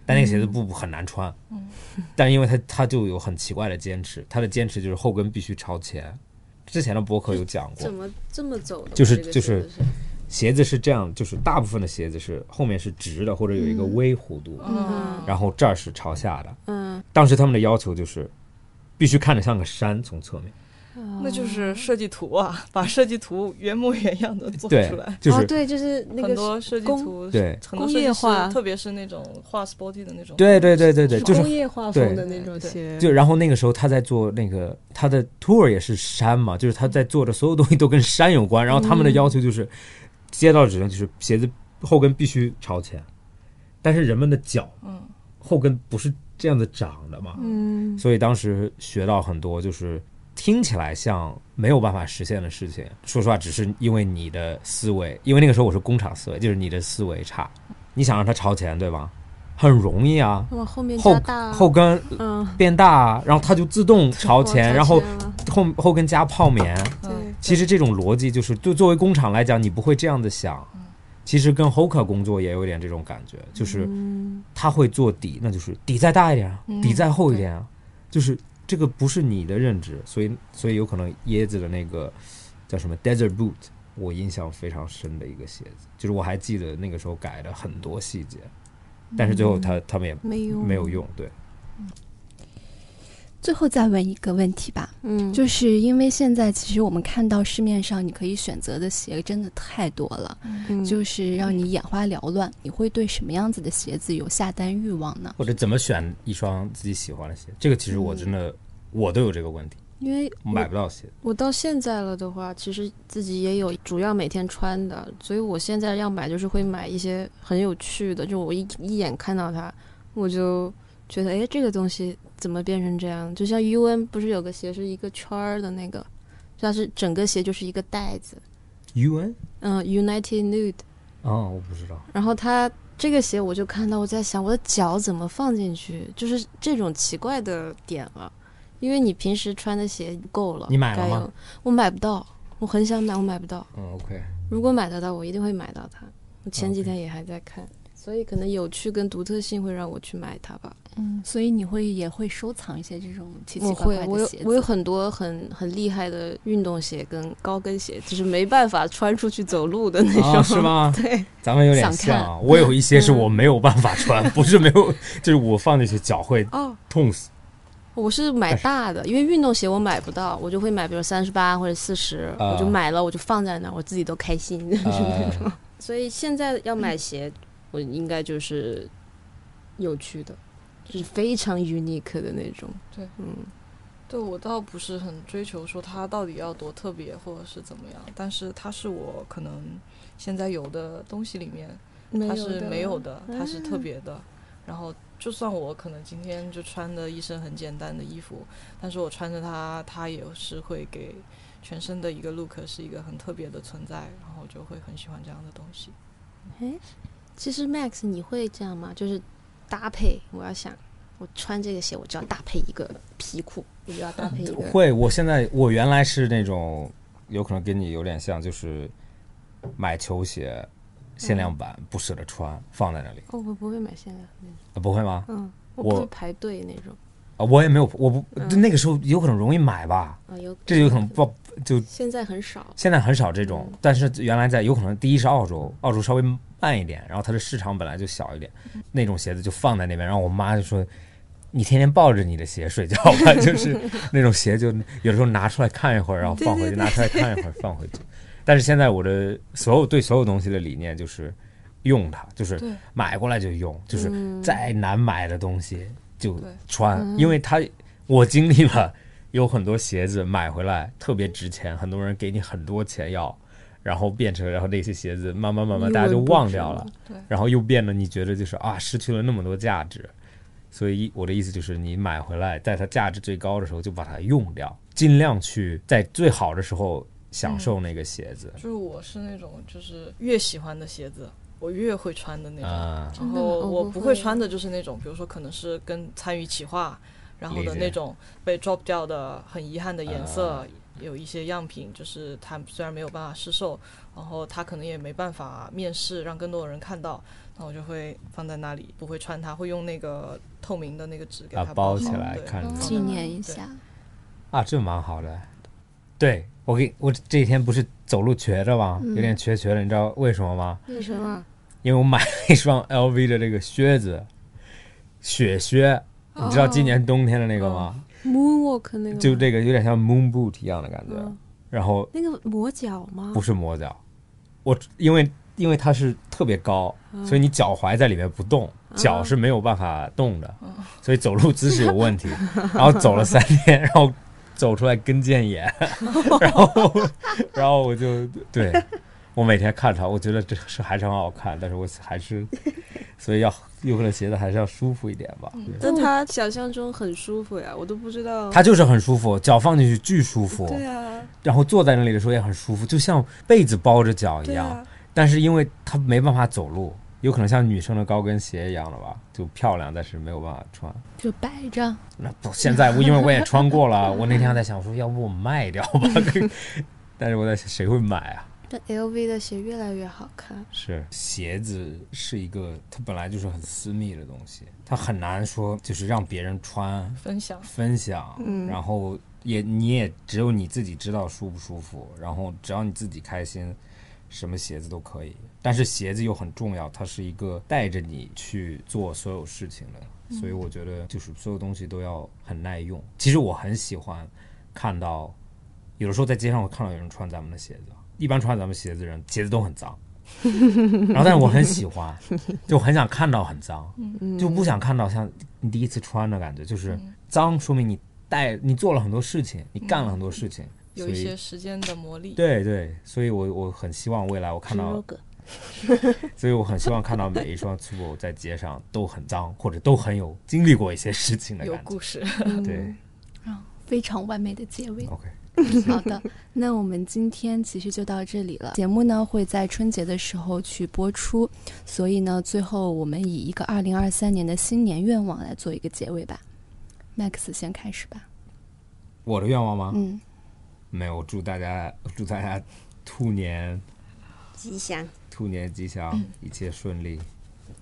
Speaker 2: 但那个鞋子不很难穿，
Speaker 3: 嗯
Speaker 2: 但因为他他就有很奇怪的坚持，他的坚持就是后跟必须朝前。之前的博客有讲过
Speaker 3: 怎，么这么走的吗？
Speaker 2: 就是
Speaker 3: 这个
Speaker 2: 就是
Speaker 3: 鞋子
Speaker 2: 鞋子是这样，就是大部分的鞋子是后面是直的，或者有一个微弧度，
Speaker 4: 嗯
Speaker 2: 然后这儿是朝下的。
Speaker 3: 嗯，
Speaker 2: 当时他们的要求就是必须看着像个山，从侧面。嗯
Speaker 4: 那就是设计图啊，把设计图原模原样的做
Speaker 2: 对
Speaker 4: 出来。，
Speaker 2: 就是、
Speaker 3: 哦，对，就是那
Speaker 4: 很
Speaker 3: 个
Speaker 4: 多设计
Speaker 3: 工
Speaker 4: 图，
Speaker 2: 对
Speaker 4: 很多
Speaker 3: 工
Speaker 4: 设计
Speaker 3: 业
Speaker 4: 师
Speaker 3: 化
Speaker 4: 特别是那种画 sporty 的那种，
Speaker 2: 对对对对对，就是
Speaker 3: 工业化
Speaker 2: 对
Speaker 3: 风的那种
Speaker 4: 对
Speaker 3: 鞋，
Speaker 2: 就然后那个时候他在做那个他的 tour 也是山嘛，就是
Speaker 4: 嗯
Speaker 2: 他在做的所有东西都跟山有关。然后他们的要求就是，接到指令就是鞋子后跟必须朝前，但是人们的脚
Speaker 4: 嗯
Speaker 2: 后跟不是这样子长的嘛，
Speaker 3: 嗯
Speaker 2: 所以当时学到很多就是。听起来像没有办法实现的事情，说实话，只是因为你的思维，因为那个时候我是工厂思维，就是你的思维差，你想让它朝前，对吧？很容易啊，
Speaker 3: 往后面
Speaker 2: 后
Speaker 3: 加大啊，
Speaker 2: 后跟
Speaker 3: 嗯，
Speaker 2: 变大，然后它就自动朝前，然后
Speaker 3: 了
Speaker 2: 后后跟加泡棉。
Speaker 4: 嗯
Speaker 2: 其实这种逻辑就是，对作为工厂来讲，你不会这样子想。其实跟 Hoka 工作也有点这种感觉，就是
Speaker 3: 嗯
Speaker 2: 他会做底，那就是底再大一点啊，
Speaker 4: 嗯
Speaker 2: 底再厚一点啊，就是这个不是你的认知，所以所以有可能椰子的那个叫什么 Desert Boot，我印象非常深的一个鞋子，就是我还记得那个时候改了很多细节，但是最后他他们也
Speaker 3: 没有
Speaker 2: 没有用，对，
Speaker 1: 最后再问一个问题吧，
Speaker 3: 嗯，就
Speaker 1: 就是因为现在其实我们看到市面上你可以选择的鞋真的太多了，
Speaker 3: 就
Speaker 1: 就是让你眼花缭乱。你会对什么样子的鞋子有下单欲望呢？
Speaker 2: 或者怎么选一双自己喜欢的鞋，这个其
Speaker 1: 嗯
Speaker 2: 实我真的、我都有这个问题，
Speaker 3: 因为
Speaker 2: 我买不到鞋。
Speaker 3: 我到现在了的话，其实自己也有主要每天穿的，所以我现在要买就是会买一些很有趣的，就我一一眼看到它，我就觉得哎，这个东西怎么变成这样？就像 U N 不是有个鞋是一个圈儿的那个，它是整个鞋就是一个带子，
Speaker 2: U N
Speaker 3: 嗯，United Nude，
Speaker 2: 哦，我不知道，
Speaker 3: 然后它这个鞋我就看到，我在想我的脚怎么放进去，就是这种奇怪的点了。因为你平时穿的鞋够了，
Speaker 2: 你买了
Speaker 3: 该
Speaker 2: 吗
Speaker 3: 有？我买不到，我很想买，我买不到。
Speaker 2: 嗯，OK， (laughs)
Speaker 3: 如果买得到，我一定会买到它。我前几天也还在看，
Speaker 6: 所以可能有趣跟独特性会让我去买它吧。
Speaker 1: 嗯，所以你会也会收藏一些这种奇奇
Speaker 6: 我
Speaker 1: 怪
Speaker 6: 会
Speaker 1: 怪，
Speaker 6: 我
Speaker 1: 的
Speaker 6: 有
Speaker 1: 鞋
Speaker 6: 我有
Speaker 1: 子。
Speaker 6: 很多很很厉害的运动鞋跟高跟鞋，就是没办法穿出去走路的那种。
Speaker 2: 啊，是 (laughs) 吗？
Speaker 6: (laughs) 对，
Speaker 2: 咱们有点
Speaker 1: 想看嗯
Speaker 2: 像啊，我有一些是我没有办法穿，不是没有， (laughs) 就是我放进去脚会
Speaker 6: 哦，
Speaker 1: (laughs)
Speaker 2: 痛死。
Speaker 6: 我是买
Speaker 2: 哎
Speaker 6: 大的，因为运动鞋我买不到，我就会买，比如三十八或者四十、
Speaker 2: 啊
Speaker 6: 我就买了，我就放在那儿，我自己都开心。
Speaker 2: 呃
Speaker 6: 所以现在要买鞋，我应该就是有趣的，就是非常 unique 的那种。
Speaker 4: 对，
Speaker 6: 嗯，
Speaker 4: 对我倒不是很追求说它到底要多特别或者是怎么样，但是它是我可能现在有的东西里面它是没有的，嗯它是特别的。然后就算我可能今天就穿的一身很简单的衣服，但是我穿着它，它也是会给全身的一个 look 是一个很特别的存在，然后我就会很喜欢这样的东西。
Speaker 6: 其实 Max，你会这样吗？就是搭配，我要想，我穿这个鞋，我就要搭配一个皮裤，我就要搭配一个。
Speaker 2: 会，我现在我原来是那种，有可能跟你有点像，就是买球鞋
Speaker 1: 嗯
Speaker 2: 限量版，不舍得穿，放在那里，
Speaker 6: 哦，我不会买限量那种，
Speaker 2: 啊不会吗？
Speaker 6: 嗯，我
Speaker 2: 我
Speaker 6: 不会排队那种
Speaker 2: 啊，我也没有，我不、
Speaker 1: 嗯
Speaker 2: 那个时候有可能容易买吧，
Speaker 6: 啊，有
Speaker 2: 这有可能不就
Speaker 6: 现在很少，
Speaker 2: 现在很少这种，但是原来在有可能第一是澳洲，澳洲稍微慢一点，然后它的市场本来就小一点，那种鞋子就放在那边，然后我妈就说。你天天抱着你的鞋睡觉吧， (laughs) 就是那种鞋，就有的时候拿出来看一会儿，然后放回去，拿出来看一会儿，放回去。 (laughs) 但是现在我的所有对所有东西的理念就是用它，就是
Speaker 4: 对
Speaker 2: 买过来就用，就是再难买的东西就
Speaker 4: 对
Speaker 2: 穿，因为它我经历了有很多鞋子买回来特别值钱，很多人给你很多钱要，然后变成然后那些鞋子慢慢慢慢大家就忘掉了，
Speaker 4: 对
Speaker 2: 然后又变得你觉得就是啊失去了那么多价值，所以我的意思就是你买回来在它价值最高的时候就把它用掉，尽量去在最好的时候享受那个鞋子
Speaker 4: 就是我是那种就是越喜欢的鞋子，我越会穿的那种。
Speaker 2: 啊、
Speaker 4: 然
Speaker 6: 真的吗
Speaker 4: 后
Speaker 6: 我
Speaker 4: 我
Speaker 6: 不
Speaker 4: 不
Speaker 6: 会
Speaker 4: 会穿的就是那种，比如说可能是跟参与企划，然后
Speaker 2: 理
Speaker 4: 的
Speaker 2: 解啊
Speaker 4: 那种被 drop 掉的很遗憾的颜色，有一些样品，就是它虽然没有办法试售，然后它可能也没办法面试，让更多的人看到，那我就会放在那里，不会穿它，会用那个透明的那个纸给
Speaker 2: 啊
Speaker 4: 它
Speaker 2: 包
Speaker 4: 好
Speaker 2: 起来
Speaker 4: 对
Speaker 2: 看着
Speaker 1: 纪念一下，
Speaker 2: 啊，这蛮好的。对我给我这几天不是走路瘸着吗？有点瘸瘸的，你知道为什么吗？
Speaker 5: 嗯
Speaker 6: 为什么？
Speaker 2: 因为我买了一双 LV 的这个靴子，雪靴，你知道今年冬天的那个吗？
Speaker 5: 嗯
Speaker 6: Moonwalk
Speaker 3: 嗯
Speaker 6: 那个
Speaker 2: 就
Speaker 6: 吗
Speaker 2: 这个有点像 moon boot 一样的感觉，然后
Speaker 6: 那个磨脚吗？
Speaker 2: 不是磨脚，我因为因为它是特别高，
Speaker 5: 嗯
Speaker 2: 所以你脚踝在里面不动，脚是没有办法动的，
Speaker 5: 嗯
Speaker 2: 所以走路姿势有问题。然后走了三天，然后走出来跟腱
Speaker 5: (laughs)
Speaker 2: 炎，然后然后我就对我每天看它，我觉得这是还是很好看，但是我还是所以要有可能鞋子还是要舒服一点吧。对
Speaker 5: 但它想象中很舒服呀，我都不知
Speaker 4: 哦嗯
Speaker 5: 道。
Speaker 2: 它就是很舒服，脚放进去巨舒服，
Speaker 5: 对啊，
Speaker 2: 然后坐在那里的时候也很舒服，就像被子包着脚一
Speaker 5: 对
Speaker 2: 样。
Speaker 5: 啊，
Speaker 2: 但是因为它没办法走路，有可能像女生的高跟鞋一样的吧，就漂亮，但是没有办法穿。
Speaker 1: 就摆着。
Speaker 2: 那不，现在我因为我也穿过了，我那天还在想说，要不我卖掉吧？ (laughs) 但是我在想，谁会买啊？
Speaker 6: 但 LV 的鞋越来越好看。
Speaker 2: 是鞋子是一个，它本来就是很私密的东西，它很难说就是让别人穿
Speaker 4: 分享。
Speaker 2: 分享，然后也你也只有你自己知道舒不舒服，然后只要你自己开心，什么鞋子都可以。但是鞋子又很重要，它是一个带着你去做所有事情的，所以我觉得就是所有东西都要很耐用。其实我很喜欢看到，有的时候在街上我看到有人穿咱们的鞋子，一般穿咱们鞋子的人鞋子都很脏。然后，但是我很喜欢，就很想看到很脏，
Speaker 6: 嗯
Speaker 4: 嗯
Speaker 2: 就不想看到像你第一次穿的感觉，就是脏，说明你带你做了很多事情，你干了很多事情，
Speaker 4: 嗯有
Speaker 2: 所
Speaker 4: 一
Speaker 2: 以
Speaker 4: 些时间的磨砺，
Speaker 2: 对对，所以我我很希望未来我看到，
Speaker 6: Rogue
Speaker 2: 所以我很希望看到每一双 Tubo 在街上都很脏，或者都很有经历过一些事情的
Speaker 4: 有
Speaker 2: 感觉
Speaker 4: 故。事。
Speaker 6: 嗯
Speaker 2: 嗯对
Speaker 1: 非常完美的结尾。
Speaker 2: ，OK，
Speaker 1: 好 (laughs) 的，那我们今天其实就到这里了。节目呢会在春节的时候去播出，所以呢，最后我们以一个二零二三年的新年愿望来做一个结尾吧。Max 先开始吧。
Speaker 2: 我的愿望吗？
Speaker 1: 嗯，
Speaker 2: 没有，祝大家祝大家兔年
Speaker 6: 吉祥。
Speaker 4: 嗯
Speaker 2: 兔年吉祥，一切顺利。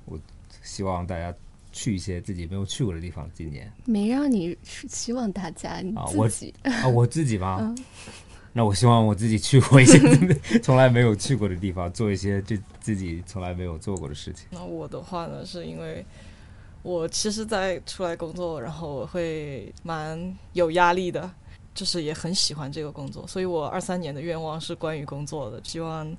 Speaker 2: 我希望大家去一些自己没有去过的地方。今年
Speaker 1: 没让你是希望大家你
Speaker 2: 啊我
Speaker 1: 自己，
Speaker 2: 啊，我自己吧，
Speaker 1: 嗯
Speaker 2: 那我希望我自己去过一些 (laughs) 从来没有去过的地方，做一些这自己从来没有做过的事情。
Speaker 4: 那我的话呢，是因为我其实，在出来工作，然后我会蛮有压力的，就是也很喜欢这个工作，所以我二三年的愿望是关于工作的，希望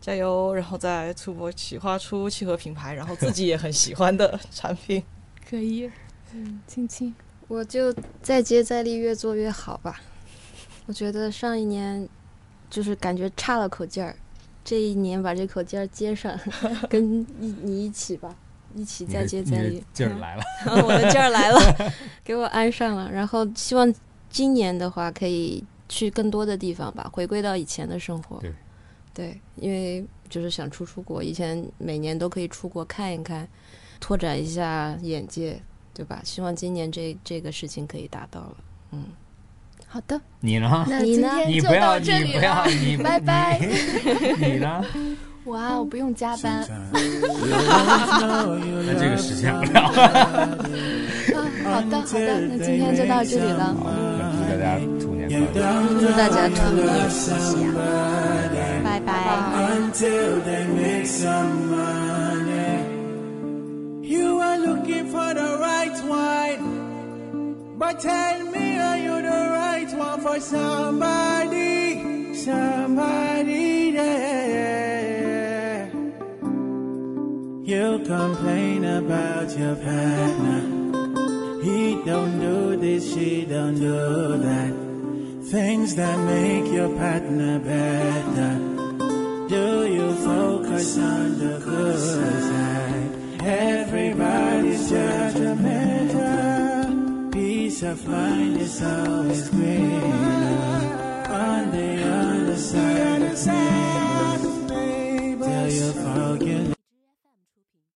Speaker 4: 加油，然后再出国企划出契合品牌，然后自己也很喜欢的 (laughs) 产品。
Speaker 1: 可以，嗯，青青，
Speaker 3: 我就再接再厉，越做越好吧。我觉得上一年就是感觉差了口劲儿，这一年把这口劲儿接上， (laughs) 跟一你一起吧，一起
Speaker 2: 你
Speaker 3: 再
Speaker 2: 的
Speaker 3: 接
Speaker 2: 你
Speaker 3: 再
Speaker 2: 的
Speaker 3: 厉。
Speaker 2: 劲
Speaker 1: 嗯
Speaker 2: 儿来了，
Speaker 3: (laughs) 我的劲儿来了，给我安上了。然后希望今年的话可以去更多的地方吧，回归到以前的生活。
Speaker 2: 对
Speaker 3: 对，因为就是想出出国，以前每年都可以出国看一看，拓展一下眼界，对吧？希望今年这这个事情可以达到了。嗯，
Speaker 1: 好的，
Speaker 2: 你呢？
Speaker 1: 那
Speaker 3: 啊你
Speaker 1: 今
Speaker 3: 呢
Speaker 1: 天
Speaker 2: 你
Speaker 1: 就
Speaker 2: 不要，
Speaker 1: 到
Speaker 2: 你
Speaker 1: 这里
Speaker 2: 不
Speaker 1: 了
Speaker 2: 要，，你
Speaker 1: (laughs)
Speaker 2: 不
Speaker 1: 拜拜。
Speaker 2: 你你
Speaker 1: (laughs)
Speaker 2: 呢？
Speaker 1: 哇，我不用加班，
Speaker 2: 那这个实现不了。
Speaker 1: 嗯，好的好的，那今天就到这里了，
Speaker 2: 那祝大家兔年快乐！
Speaker 3: 祝大家兔年吉祥，拜拜
Speaker 10: until they make some money. You are looking for the right one, but tell me, are you the right one for somebody? Somebody there. You complain about your partner. He don't do this, she don't do that. Things that make your partner better. Do you focus on the good side? Everybody's judgmental. Peace of mind is always greener.